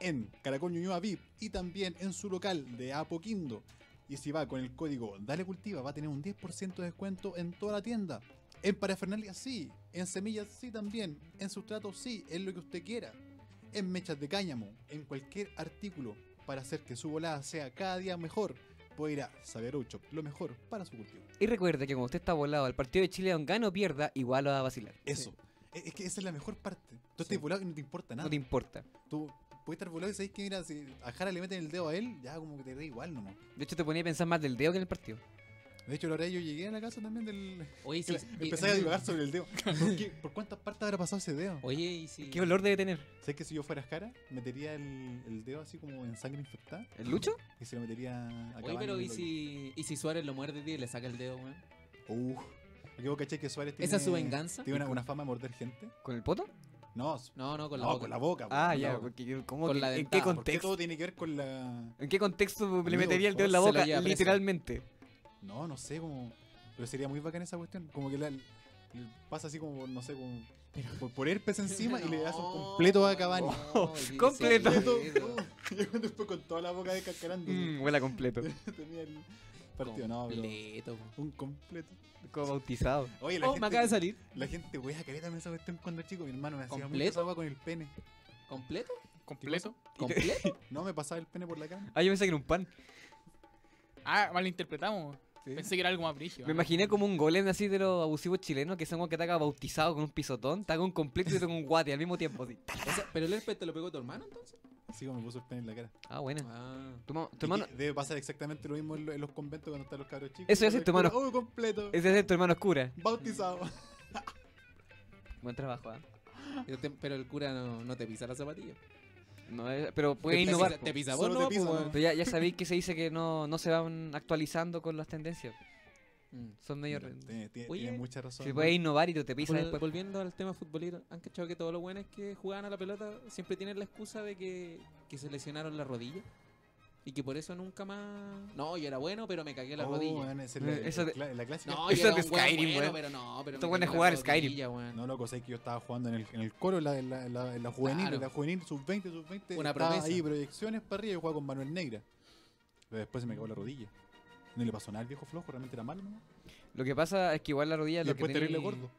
B: en Caracol Ñuñoa VIP y también en su local de Apoquindo. Y si va con el código Dale Cultiva, va a tener un 10% de descuento en toda la tienda. En parafernalia sí, en semillas sí también, en sustrato sí, en lo que usted quiera. En mechas de cáñamo, en cualquier artículo, para hacer que su volada sea cada día mejor, puede ir a Sabe Grow Shop, lo mejor para su cultivo.
D: Y recuerde que como usted está volado al partido de Chile, aunque gane o pierda, igual lo va a vacilar.
B: Eso. Es- Es que esa es la mejor parte. Tú
D: Sí.
B: estás volado y no te importa nada.
D: No te importa.
B: Tú puedes estar volado y sabes que, mira, si a Jara le meten el dedo a él, ya como que te da igual nomás.
D: De hecho, te ponía a pensar más del dedo que en el partido.
B: De hecho, la hora yo llegué a la casa también del.
C: Oye, sí. y-
B: Empecé a divagar sobre el dedo. ¿Por, qué- por cuántas partes habrá pasado ese dedo?
C: Oye, y si.
D: ¿Qué olor debe tener?
B: ¿Sabes que si yo fuera Jara, metería el, el dedo así como en sangre infectada
D: ¿El Lucho?
B: y se lo metería a
C: Oye,
B: Cavani
C: pero
B: en el
C: ¿y si, ¿y si Suárez lo muerde tío, y le saca el dedo, weón?
B: oído? Uf. Yo caché que Suárez tiene.
C: ¿Esa es su venganza?
B: Tiene una, una fama de morder gente.
D: ¿Con el poto?
B: No, su-
C: No, no, con la
B: no,
C: boca.
B: con la boca.
D: Ah,
B: con la
D: ya.
B: boca.
D: Porque, yo- ¿cómo
C: Con
D: que-
C: la
D: ¿En qué
C: dentada,
B: ¿Por qué
D: contexto?
B: todo tiene que ver con la.
D: ¿En qué contexto le
B: Amigo,
D: metería el dedo en la
C: se lo
D: boca?
C: lleva preso.
D: Literalmente.
B: No, no sé, como. Pero sería muy bacana esa cuestión. Como que la, l- pasa así como, no sé, como. Por, por herpes encima y le das un completo a Cavani.
C: No, oye,
D: Completo.
C: sí,
B: Completo.
C: eso.
B: Llegó después con toda la boca descascarando.
D: Mm, huela completo.
B: Tenía el partido, no, pero.
C: Completo, po.
B: Un completo.
D: Como bautizado.
B: Oye, la
C: Oh, me
B: gente.
C: acaba de salir.
B: La gente, wey, a caleta me esa cuestión cuando chico. Mi hermano me hacía mucho
C: ¿Completo?
B: esa agua con el pene.
C: ¿Completo?
A: ¿Completo?
C: ¿Completo?
B: No, me pasaba el pene por la cara.
D: Ah, yo pensé que era un pan.
A: Ah, malinterpretamos.
D: Sí.
A: Pensé que era algo más brígido.
D: Me imaginé como un golem así de los abusivos chilenos que son que ataca bautizado con un pisotón, taca un completo y con un guate al mismo tiempo. así.
C: O sea, ¿Pero el herpes te lo pegó tu hermano entonces?
B: Así como me puso el pene en la cara.
D: Ah, buena.
C: Ah.
D: Tu, ma- tu
B: Y
D: hermano,
B: que Debe pasar exactamente lo mismo en, lo- en los conventos cuando están los cabros chicos.
D: Eso es, tu hermano.
B: Oh, completo.
D: ese es tu hermano oscura.
B: Bautizado.
D: Buen trabajo, ¿ah?
C: Pero te- Pero el cura no, no te pisa la zapatilla.
D: No, eh, pero puede
C: Te pisa-
D: innovar.
C: Te pisa vos,
B: Solo te
C: ¿no?
B: pisa,
C: Pues,
B: ¿no?
C: weón.
D: Pero ya, ya sabéis que se dice que no, no se van actualizando con las tendencias.
C: Mm.
D: Son medio... re-
B: Tiene, tiene-
C: Oye,
B: tiene mucha razón.
D: Si puedes innovar y tú te pisas
C: Vol-
D: después.
C: Volviendo al tema futbolero, han cachado que todos los buenos que jugaban a la pelota siempre tienen la excusa de que, que se lesionaron la rodilla y que por eso nunca más. No, yo era bueno, pero me cagué la
B: Oh,
C: rodilla.
B: weón, es la,
D: Eh, eso
B: la-
D: de-
B: la- la clásica.
C: No,
D: Eso
C: yo era
D: es
C: un
D: de
C: weón
D: Skyrim,
C: bueno,
D: weón.
C: pero no, pero
D: Estos
C: me cagué
D: buenos
C: la
D: jugaban Skyrim.
C: rodilla, weón.
B: No, loco, sé que yo estaba jugando en el, en el coro, en la, en la, en la- en la juvenil,
C: Claro.
B: en la juvenil, sub-20, sub-20.
C: Una
B: estaba
C: promesa.
B: ahí, proyecciones para arriba, yo jugaba con Manuel Negra. Pero después se me acabó la rodilla. No le pasó nada al viejo flojo, realmente era malo, ¿no?
D: Lo que pasa es que igual la
B: Y
D: rodilla... es lo que
B: después terrible
D: tiene-
B: gordo.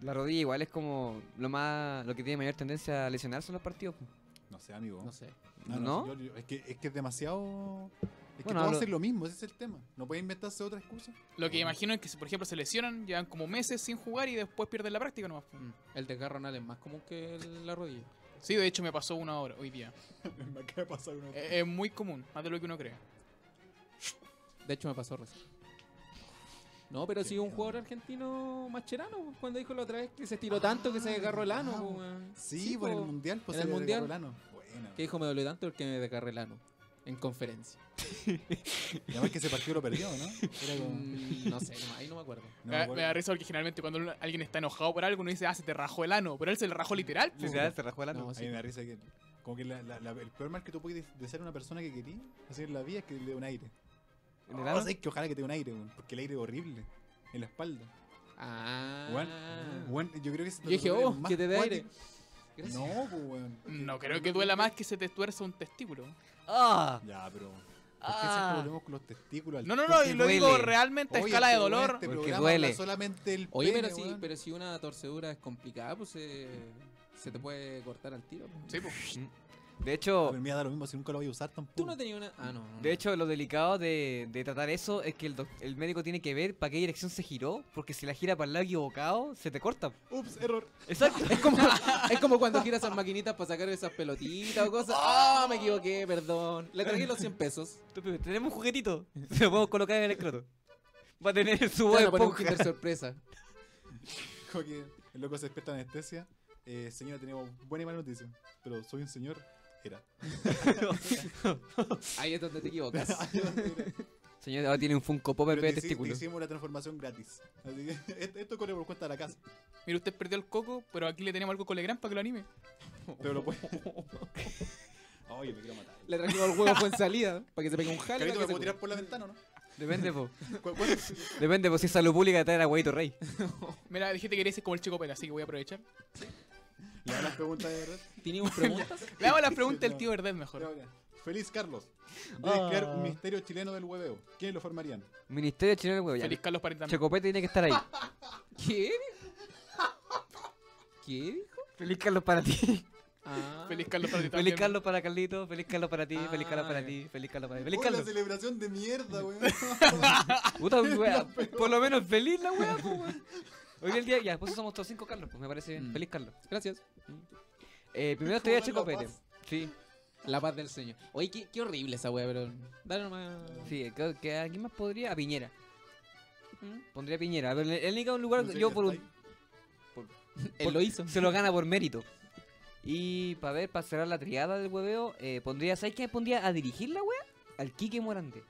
D: La rodilla igual es como lo más lo que tiene mayor tendencia a lesionarse en los partidos. po.
B: No sé, amigo.
C: No sé.
D: ¿No?
B: yo- yo- es, que, es que es demasiado. Es que todo
D: Bueno,
B: va a
D: hablo-
B: ser lo mismo, ese es el tema. No puede inventarse otra excusa.
A: Lo que imagino es que, si, por ejemplo, se lesionan, llevan como meses sin jugar y después pierden la práctica nomás. po.
C: Mm. El desgarro anal es más común que el- la rodilla.
A: Sí, de hecho me pasó una hora hoy día.
B: me acaba de pasar una.
A: Eh, Es, muy común, más de lo que uno cree.
C: De hecho, me pasó recién. No, pero
B: Qué
C: sí, un
B: miedo.
C: jugador argentino macherano, pues, cuando dijo la otra vez que se estiró tanto que se desgarró el ano,
B: Ah,
C: pues, weón.
B: Sí, por el
C: pues.
B: mundial, pues
C: en
B: se
C: el
B: le
C: mundial.
B: regaló el ano. Buena.
C: Que dijo me dolió tanto porque me desgarré el ano en conferencia.
B: Y además que ese partido lo perdió, ¿no? Era como. no
C: Mm, no sé, no, ahí no me acuerdo.
B: me
A: me, da- me
B: acuerdo.
A: da risa porque generalmente cuando uno- alguien está enojado por algo, uno dice, ah, se te rajó el ano. Pero él se le rajó literal. pues. po.
D: Literal, se rajó el ano.
C: No,
B: A mí
C: sí.
B: me da risa que. Como que la- la- la- el peor mal que tú puedes desear a una persona que quería hacer en la vida es que le dé un aire.
D: ¿En el
B: No
D: ano?
B: sé, que ojalá que te dé un aire, weón, porque el aire es horrible. En la espalda.
C: Ah.
B: Weón, weón, yo creo que ese
C: Yo dije,
B: tatuaje es
C: oh,
B: más
C: que te dé aire.
B: cuático.
C: Gracias.
B: No, pues, weón.
A: No creo que duela más que se te tuerza un testículo.
D: ¡Ah!
B: Ya, pero. ¿Por qué
D: Ah.
B: siempre volvemos con los testículos al
A: No, no, no,
B: toque,
A: y lo
D: duele.
A: digo realmente a
B: Oye,
A: escala de
B: pero, weón,
A: dolor.
B: este
D: Porque
B: programa
D: duele.
B: habla solamente el
C: Oye,
B: pene,
C: pero si,
B: weón.
C: pero si una torcedura es complicada, pues eh, se te puede cortar al tiro. pues.
A: Sí, po.
D: De hecho,
B: Pero me da lo mismo si nunca lo voy a usar tampoco.
C: Tú no tenías una. Ah, no. no,
D: De
C: no.
D: hecho, lo delicado de, de tratar eso es que el, doc- el médico tiene que ver para qué dirección se giró, porque si la gira para el lado equivocado, se te corta.
B: Ups, error.
D: Exacto.
C: Es como, es como cuando giras esas maquinitas para sacar esas pelotitas o cosas. ¡Ah! me equivoqué, perdón. Le traje los 100 pesos.
D: Tenemos un juguetito. Se lo podemos colocar en el escroto. Va a tener su
C: Te van a poner un
D: esponja.
C: Kinder sorpresa.
B: Como que el loco se despierta de anestesia. Eh, señora, tenemos buena y mala noticia. Pero soy un señor. Era.
C: Ahí es donde te equivocas.
D: Señor, ahora tiene un Funko Pop
B: Pero
D: de
B: te, hici- te
D: testículos.
B: hicimos la transformación gratis. Así que et- esto corre por cuenta de la casa.
A: Mire, usted perdió el coco, pero aquí le tenemos algo con Legrand para que lo anime.
B: Pero lo puedes. Oye, me quiero matar.
C: Le trajimos el huevo fue en salida para que se pegue un jale. para
B: Carito, me
C: que
B: puedo
C: se
B: tirar por la ventana, ¿no?
D: Depende, po.
B: ¿Cu- cuánto-
D: Depende, po. Si es salud pública, traer a Huevito Rey.
A: Mira, dijiste que eres como el chico pera, así que voy a aprovechar.
B: Le hago las preguntas de verdad.
C: cure. ¿Teníamos preguntas?
A: Le hago la pregunta al tío Verdad
B: Pero
A: mejor.
B: ahora, Feliz Carlos. Debes
D: Ah.
B: crear un misterio chileno del hueveo. ¿Quiénes lo formarían?
D: Ministerio Chileno del Huevo. ya.
A: Feliz Carlos Parín también.
D: Chocopete tiene que estar ahí.
C: ¿Qué? ¿Qué?
D: Feliz Carlos para ti.
C: Ah.
A: Feliz Carlos Parín también.
D: Feliz Carlos para Carlito. Feliz Carlos para ti. Feliz Carlos para
C: Ah,
D: ti. Feliz Carlos para ti.
B: Feliz
D: Feliz Carlos.
B: Oh, la celebración de mierda, weón.
D: Puta, wea, por lo menos feliz la wea, po, wea. Hoy el día, ya, después somos todos cinco Carlos, pues me parece bien.
C: Mm.
D: Feliz Carlos.
C: Gracias.
D: Eh, primero estoy a
B: Como
D: Checo
B: en La
D: Pérez. Sí,
C: La paz del Señor. Oye, qué, qué horrible esa wea, pero. Dale nomás.
D: sí, eh, creo que ¿a quién más podría? A Piñera.
C: ¿Mm?
D: Pondría a Piñera. Pero el el único lugar que yo por un,
C: Él lo hizo.
D: se lo gana por mérito. Y para ver, para cerrar la triada del hueveo, eh, pondría, ¿sabes qué? Pondría a dirigir la wea al Quique Morante.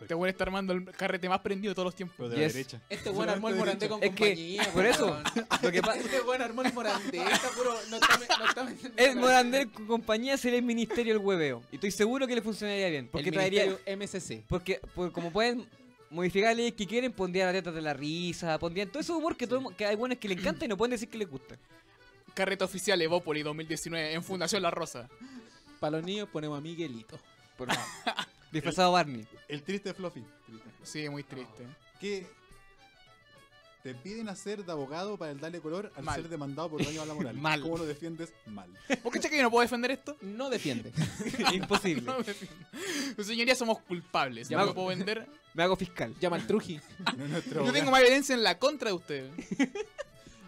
A: Este weón está armando el carrete más prendido de todos los tiempos.
B: Pero de
D: Yes.
B: la derecha.
C: Este weón armó el morandé con
D: Es que,
C: compañía.
D: por eso,
C: weón.
D: Lo que pasa
C: Este weón armó el morandé. Está puro. No está, no está
D: es Morandé con compañía sería el ministerio del hueveo. Y estoy seguro que le funcionaría bien. Porque
C: Porque
D: traería,
C: traería MSC.
D: Porque, pues, como pueden modificar las leyes que quieren, pondrían las tetas de la risa, pondrían todo ese humor que, todo, el mu- que hay buenos que le encanta y no pueden decir que les gusta.
A: Carrete oficial Evópoli 2019 en Fundación La Rosa.
C: Para los niños ponemos a Miguelito.
D: Por nada. Disfrazado Barney.
B: El triste Fluffy. Triste.
A: Sí, muy triste.
B: que te piden hacer de abogado para el darle color al
A: Mal.
B: ser demandado por daño a la moral.
A: Mal.
B: ¿Cómo lo defiendes? Mal.
A: ¿Por qué checa que yo no puedo defender esto?
C: No defiende.
D: Imposible.
A: No, me- señoría, somos culpables.
D: Ya
A: No
D: me-
A: lo puedo vender.
D: Me hago fiscal.
C: Llama al Truji.
B: No, nuestro,
A: Yo
B: abogado,
A: tengo más evidencia en la contra de ustedes.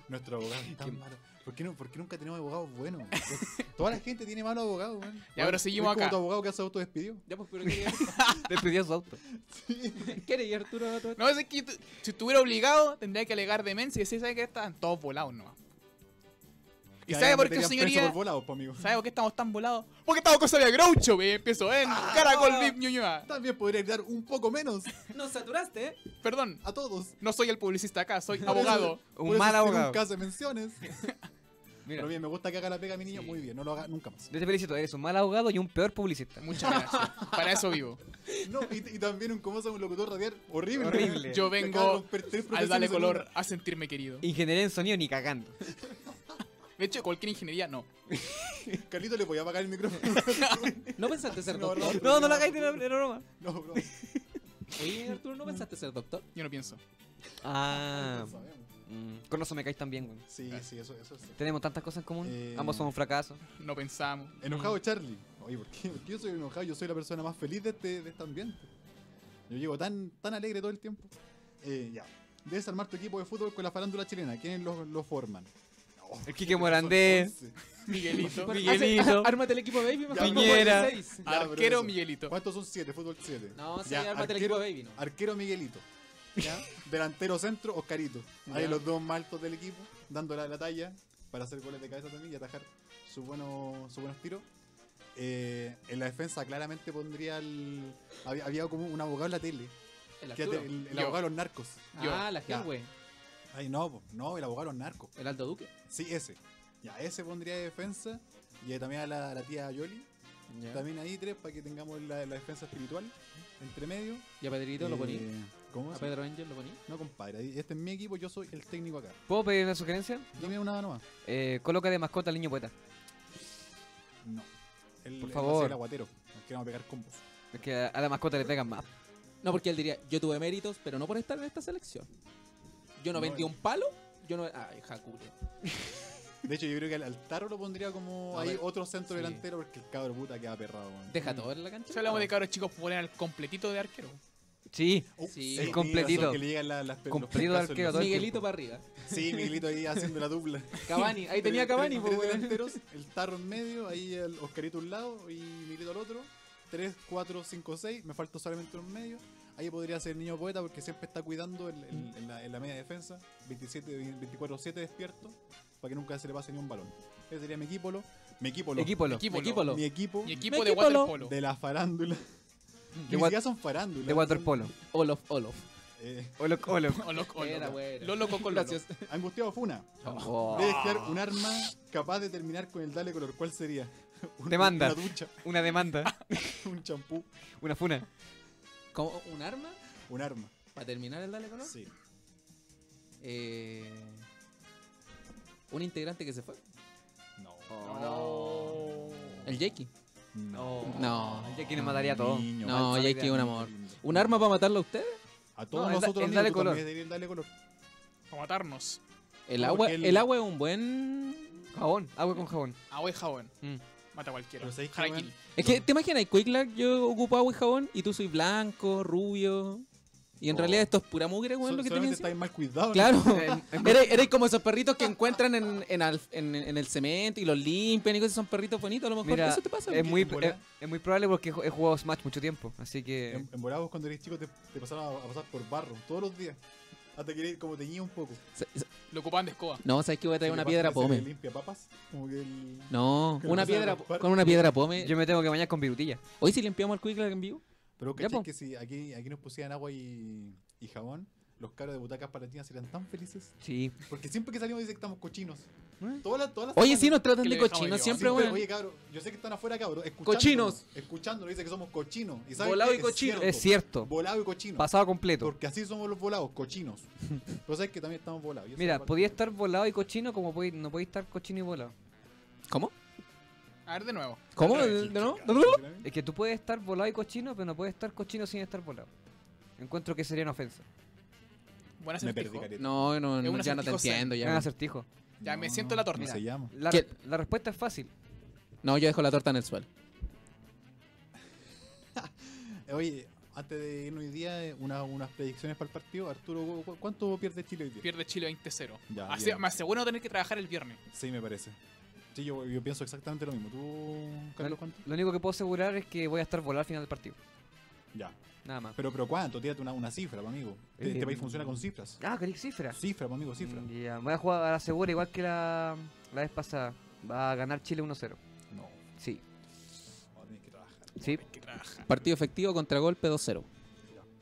B: nuestro abogado es tan malo. ¿Por qué, no, por qué nunca tenemos abogados buenos? Pues, Toda la gente tiene malos abogados, weón.
A: Ya, pero seguimos
B: ¿Es como
A: acá.
B: tu abogado que se autodespidió?
C: Ya, pues, pero ¿qué
D: Despidió su auto.
C: ¿Qué leí, Arturo? Todo esto?
A: No, es que yo tu- si estuviera obligado, tendría que alegar demencia y decir, ¿sabes qué? Estaban todos volados nomás.
B: que
A: sabe
B: hagan
A: por qué,
B: baterías
A: señoría?
B: presos por volados, po, amigo.
A: ¿Sabes por qué estamos tan volados? Porque estamos con Sabia Groucho, ve. Empiezo en Caracol VIP Ñuñoa.
B: También podría dar un poco menos
C: Nos saturaste, ¿eh?
A: Perdón,
B: a todos.
A: no soy el publicista acá, soy
B: Por eso-
A: abogado.
B: por
D: Un
B: eso estoy
D: mal
B: en
D: abogado.
B: Un caso de menciones.
D: Mira,
B: Pero bien, me gusta que haga la pega mi niño.
D: Sí.
B: Muy bien, no lo haga nunca más.
D: yo te felicito, eres un mal abogado y un peor publicista.
A: Muchas gracias. Para eso vivo.
B: No, y, y también un cómo un locutor radial horrible.
D: Horrible.
A: Yo
B: Te acaba de
A: vengo
B: romper tres
A: al darle
B: profesiones en
A: color
B: una.
A: a sentirme querido.
D: Ingeniería en sonido ni cagando.
A: De hecho, cualquier ingeniería no.
B: Carlito, le voy a apagar el micrófono.
C: ¿No pensaste ser
B: No,
C: doctor?
D: No, no lo hagáis, era era broma.
B: No, bro.
C: Oye, Arturo, ¿no pensaste ser doctor?
A: Yo no pienso.
D: Ah,
B: no sabemos.
D: mm, con eso me caes tan bien, güey.
B: Sí, sí, eso, eso es.
D: Tenemos tantas cosas en común.
B: Eh,
D: Ambos somos fracasos.
A: No pensamos.
B: Enojado
D: Mm.
B: Charlie. Oye, ¿por qué? Porque yo soy el enojado, yo soy la persona más feliz de este, de este ambiente. Yo llego tan, tan alegre todo el tiempo. Eh, ya. Debes armar tu equipo de fútbol con la farándula chilena. ¿Quiénes lo, lo forman? Oh,
D: El Quique Morandé.
B: son once.
A: Miguelito.
D: Miguelito.
C: Ármate el equipo Baby. mejor,
D: Piñera.
C: no puede ser seis.
B: Ya, pero
A: Arquero
B: eso.
A: Miguelito.
B: ¿Cuántos son siete? Fútbol 7.
C: No, sí,
B: Ya,
C: ármate el
B: arquero-
C: equipo Baby, ¿no?
B: Arquero Miguelito. ¿ya? Delantero centro, Oscarito. Ahí
C: Ya.
B: los dos más altos del equipo, dando la, la talla para hacer goles de cabeza también y atajar sus buenos, sus buenos tiros. Eh, en la defensa claramente pondría al... Había, había como un abogado en la tele.
C: El
B: que era
C: Arturo.
B: el, el
A: Yo.
B: abogado de los narcos.
A: Yo.
C: Ah, la
B: Ya.
C: gente, güey.
B: Ay, no, po, no, el abogado de los narcos.
C: El Aldo Duque.
B: Sí, ese. Ya, ese pondría de defensa. Y también a la, a la tía Yoli. También ahí tres para que tengamos la, la defensa espiritual. Entre medio.
C: Y a Pedrito lo poní.
B: Eh, ¿Cómo
C: A
B: se
C: Pedro Angel lo poní.
B: No, compadre, ahí- este es mi equipo, yo soy el técnico acá.
D: ¿Puedo pedir una sugerencia?
B: Dime una nomás.
D: Eh, coloca de mascota al niño poeta.
B: No. El,
D: Por
B: el-
D: favor.
B: no sé, El aguatero. Nos queremos pegar combos.
D: Es que a, a la mascota le pegan más.
C: No, porque él diría, yo tuve méritos, pero no por estar en esta selección. Yo no,
B: No,
C: vendí
B: eh.
C: un palo, yo no... ah, Ay, Jacule.
B: De hecho, yo creo que al, al Taro lo pondría como
C: No,
B: ahí
C: pero-
B: otro centro
C: sí.
B: delantero porque el cabro puta queda perrado, weón.
C: Deja todo en la cancha.
A: Si hablamos de cabros chicos, poner al completito de arquero.
D: Sí,
B: Oh,
C: Sí.
B: tenés
D: El completitito.
B: razón, Que le llegan la- las pe- los
D: Completo
B: pelotazos en
D: arquero,
B: los-
D: todo el
C: Miguelito
D: tiempo.
C: para arriba.
B: Sí, Miguelito ahí haciendo la dupla.
C: Cavani, ahí tenía
B: Tres-
C: Cavani,
B: tres
C: pues, weón.
B: delanteros, el Taro en medio, ahí el Oscarito a un lado y Miguelito al otro. 3, 4, 5, 6. Me falta solamente un medio. Ahí podría ser el niño poeta porque siempre está cuidando el- el- en, la, en la media defensa. 27, 24, 7 despierto. Para que nunca se le pase ni un balón. Ese sería mi equipo. lo- Mi equipo. lo-
D: equipo
A: Equipo,
C: Equipolo.
B: Mi equipo.
A: Mi
B: De
A: equipo
C: Mi Mm,
A: de
C: equipo lo-
A: waterpolo.
B: la farándula.
D: De
B: Que
D: wa-
B: ni siquiera son farándulas.
D: de waterpolo.
C: Olof, Olof.
B: son, eh,
D: Olo, olo.
A: O loco, o
C: Era
A: loco.
C: bueno.
A: Lolo Coco Lolo.
C: Gracias.
B: angustiado Funa.
D: Oh,
B: Debes crear un arma capaz de terminar con el dale color. ¿Cuál sería? Una,
D: Demanda.
B: Una ducha,
D: Una demanda,
B: un champú,
D: una funa.
C: ¿Cómo? ¿Un arma?
B: un arma.
C: Para terminar el Dale Color.
B: Sí.
C: Eh, un integrante que se fue.
B: No.
A: No.
C: El Jakey.
B: No.
C: No.
D: El Jackie nos mataría a todos.
B: Niño,
C: No,
B: mal,
C: Jackie,
B: sabría,
C: un
B: niño
C: amor.
B: lindo.
C: ¿Un arma para matarlo a ustedes?
B: A todos
D: No, el da-
B: nosotros,
D: el
B: amigo,
D: dale
B: tú también
D: color.
B: deberías darle color.
A: Para matarnos.
C: El
B: No,
C: agua,
B: porque
C: el...
B: el-
C: agua es un buen.
D: Jabón, agua con jabón.
A: Agua y jabón.
D: Mm.
A: Mata a cualquiera.
B: Pero ¿sabéis qué,
A: Harakiri.
B: weón?
C: Es que, ¿te imaginas? Quick yo ocupo agua y jabón y tú soy blanco, rubio. Y en
D: Oh.
C: realidad esto es pura mugre, weón,
B: Sol-
C: lo que
B: solamente
C: tenías.
B: estáis mal cuidado.
C: Claro.
D: Eh,
C: Eres, eres como esos perritos que encuentran en, en, al- en- en el cemento y los limpian y cosas. Son perritos bonitos, a lo mejor.
D: Mira, em,
C: Eso te pasa.
D: Es muy,
B: bola.
D: es, es muy probable porque he jugado Smash mucho tiempo, así
B: ¿no?
D: que...
B: En, en Volavos, cuando eres chico te, te pasaron a, a pasar por barro todos los días. Hasta que eres como teñía un poco.
C: Sa- sa-
A: Lo ocupaban de escoba.
C: No, sabes que voy a traer
B: ¿Qué
C: una
B: pasa?
C: piedra
B: ¿Que se le
C: pome.
B: limpia papas? Como que el...
C: No,
B: Que lo
C: una
B: empiezan a
C: piedra,
B: raspar.
C: con una piedra pome.
D: Yo me tengo que bañar con virutilla.
C: Hoy sí limpiamos el Quick en vivo.
B: Pero
D: Ya,
B: ¿cachai
D: po.
B: que si aquí, aquí nos pusieran agua y, y jabón, los caros de butacas palatinas serían tan felices.
D: Sí.
B: Porque siempre que salimos dicen que estamos cochinos.
D: ¿Eh?
B: Todas las, todas las
C: Oye,
B: semanas.
C: sí, nos tratan
A: Que
C: de
A: le dejamos
C: cochinos
A: yo.
C: siempre,
B: Sí, pero,
C: weón.
B: Oye, cabro, yo sé que están afuera, cabro. Escuchando,
C: Cochinos.
B: Escuchando, dicen que somos cochinos. ¿Y saben
C: Volado
B: qué?
C: y cochino.
D: Es cierto.
B: Volado y cochino.
D: Pasado completo.
B: Porque así somos los volados, cochinos. Pero sabes que también estamos volados. y eso es
D: Mira,
B: parte
D: podía
B: de-
D: estar volado y cochino como podí- no podía estar cochino y volado.
C: ¿Cómo?
A: A ver de nuevo.
C: ¿Cómo?
A: Otra vez.
C: ¿De- de nuevo?
B: ¿eh?
D: Es que tú puedes estar volado y cochino, pero no puedes estar cochino sin estar volado. Encuentro que sería una ofensa.
A: Buen
B: Me
A: acertijo.
B: perdí, careta.
C: No, no,
A: Es
C: no,
A: un
C: ya no te
A: acertijo zen.
C: entiendo.
D: Gran
C: Ya. weón.
D: acertijo.
A: Ya, me
B: No,
A: siento la torta.
B: No se llama.
D: La,
C: ¿Qué?
D: la respuesta es fácil.
C: No, yo dejo la torta en el suelo.
B: Eh, Oye, antes de irnos hoy día, eh, una- unas predicciones para el partido. Arturo, ¿cu- cu- ¿cuánto pierde Chile hoy día?
A: Pierde Chile 20-0.
B: Ya,
A: Así-
B: bien.
A: Me aseguro tener que trabajar el viernes.
B: Sí, me parece. Sí, yo, yo pienso exactamente lo mismo. ¿Tú, Carlos, cuánto?
D: Lo único que puedo asegurar es que voy a estar volado al final del partido.
B: Ya.
D: Nada más.
B: Pero, pero ¿cuánto? Tírate una, una cifra, pa' amigo. Este, este país funciona con cifras.
D: Ah, queréis cifras.
B: Cifra, pa' amigo, cifra.
D: Mm, Ya, voy a jugar a la segura igual que la, la vez pasada. Va a ganar Chile 1-0.
B: No,
D: Sí,
B: no tenés que trabajar.
D: sí.
C: Partido efectivo contra golpe 2-0.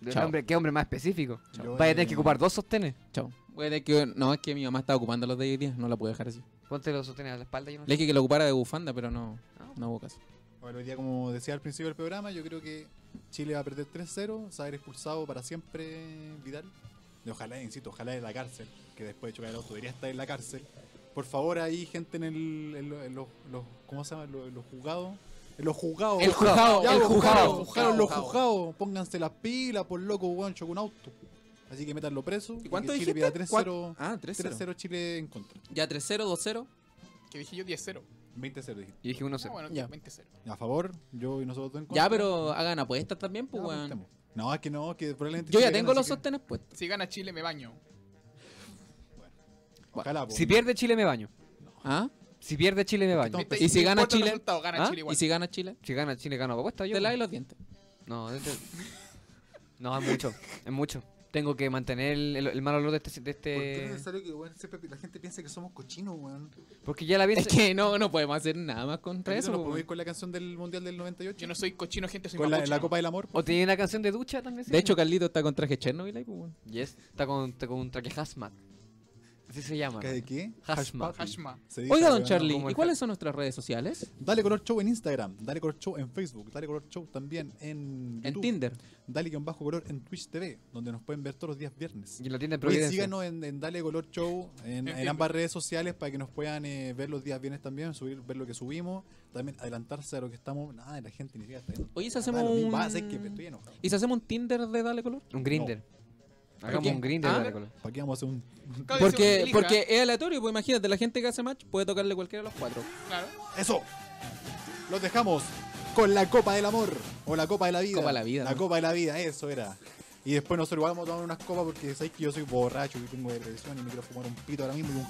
D: De-
C: Chao.
D: hombre, qué hombre más específico.
B: Yo
D: Vaya a tener
B: en-
D: que ocupar dos sostenes.
C: Chao. Voy a tener que- No, es que mi mamá estaba ocupando los de hoy día, no la pude dejar así.
D: Ponte los sostenes a la espalda. Yo no
C: Le dije que lo ocupara de bufanda, pero no,
D: Ah.
C: no hubo caso.
B: Bueno, hoy día, como decía al principio del programa, yo creo que Chile va a perder 3-0, se va a ver expulsado para siempre Vidal. Y ojalá, insisto, ojalá en la cárcel, que después de chocar el auto debería estar en la cárcel. Por favor, ahí gente en, el, en lo- en los, los- ¿cómo se llama? En Los, los juzgados. En los juzgados.
D: El juzgado,
B: Ya,
D: el
B: los
D: juzgado.
B: Los juzgados, los juzgados. Pónganse las pilas, por loco, weón, chocó un auto. Así que métanlo preso.
C: ¿Y cuánto
B: que Chile pida
C: dijiste?
B: 3-0.
C: Ah, 3-0.
B: 3-0 Chile en contra.
C: Ya 3-0, 2-0.
A: Que dije yo 10-0.
B: 20-0 dijiste.
D: Y dije
A: Ah,
D: 1-0.
A: bueno,
C: Ya.
A: 20-0.
B: A favor, yo y nosotros dos en contra.
C: Ya, pero hagan apuestas también,
B: Ya,
C: pues, weón.
B: apostemos. No, es que no, que probablemente.
C: Yo ya
B: pues. Chile
C: tengo
B: gana,
C: los
B: así que-
C: sostenes puestos.
A: Si gana Chile, me baño.
B: Ojalá, pues. po.
D: Si pierde Chile me baño.
C: ¿Ah?
D: Si pierde Chile me baño.
B: estamos-
A: ¿Viste?
C: pues, ¿Y si
A: No
C: gana
A: importa el
C: Chile?
A: resultado, gana
D: ¿Ah?
A: Chile igual.
C: ¿Y si gana Chile?
D: Si gana Chile gana apuesta yo.
C: Te laves los dientes.
D: No, de- de- no, es mucho, es mucho. Tengo que mantener el, el- el mal olor de este, de este-
B: ¿Por qué
C: eh,
B: es necesario que weón, siempre la gente piense que somos cochinos, weón?
D: porque ya la vi.
C: Es que no, no podemos hacer nada más contra
B: ¿Eso
C: eso.
B: nos
C: pues,
B: podemos
C: weón.
B: ir con la canción del Mundial del 98?
A: Yo no soy cochino, gente, soy
B: con la,
A: mapuche,
B: la
A: ¿no?
B: Copa del Amor.
D: O tenía una canción de ducha también.
C: De hecho, Carlito está con traje Chernobyl ahí, pues, weón.
D: yes, está con, está con un traje hazmat. Así se llama.
B: ¿De qué?
D: Hashma.
B: Hashpapi.
A: Hashma.
B: Se dice,
C: Oiga, don
B: weón,
C: Charlie,
D: como
C: ¿y
D: el
C: cuáles son nuestras redes sociales?
B: Dale color show en Instagram, dale color show en Facebook, dale color show también en
C: En
B: YouTube,
C: Tinder.
B: dale guión bajo color en Twitch TV, donde nos pueden ver todos los días viernes.
D: y en la tienda de
B: Oye,
D: Providencia.
B: síganos en, en Dale Color Show en, en
A: Entiendo.
B: ambas redes sociales para que nos puedan eh, ver los días viernes también, subir, ver lo que subimos, también adelantarse a lo que estamos. Nada, la gente ni siquiera está viendo.
C: Oye, si
B: Nada,
C: hacemos
B: lo mismo.
C: un-
B: Ah, sé que estoy enojado.
C: ¿Y si hacemos un Tinder de Dale Color?
D: Un grinder. Hagamos
C: qué?
D: un grinder.
C: Ah.
D: dale, Colón.
B: ¿Para qué vamos a hacer un.?
A: Cada vez se
C: Porque,
A: elija,
C: porque es aleatorio, pues imagínate, la gente que hace match puede tocarle cualquiera de los cuatro.
A: Claro.
B: ¡Eso! Los dejamos con la Copa del Amor o la Copa de la Vida.
C: Copa de la vida,
B: La
C: ¿no?
B: Copa de la Vida, eso era. Y después nosotros igual vamos a tomar unas copas porque sabéis que yo soy borracho y tengo depresión y me quiero fumar un pito ahora mismo y un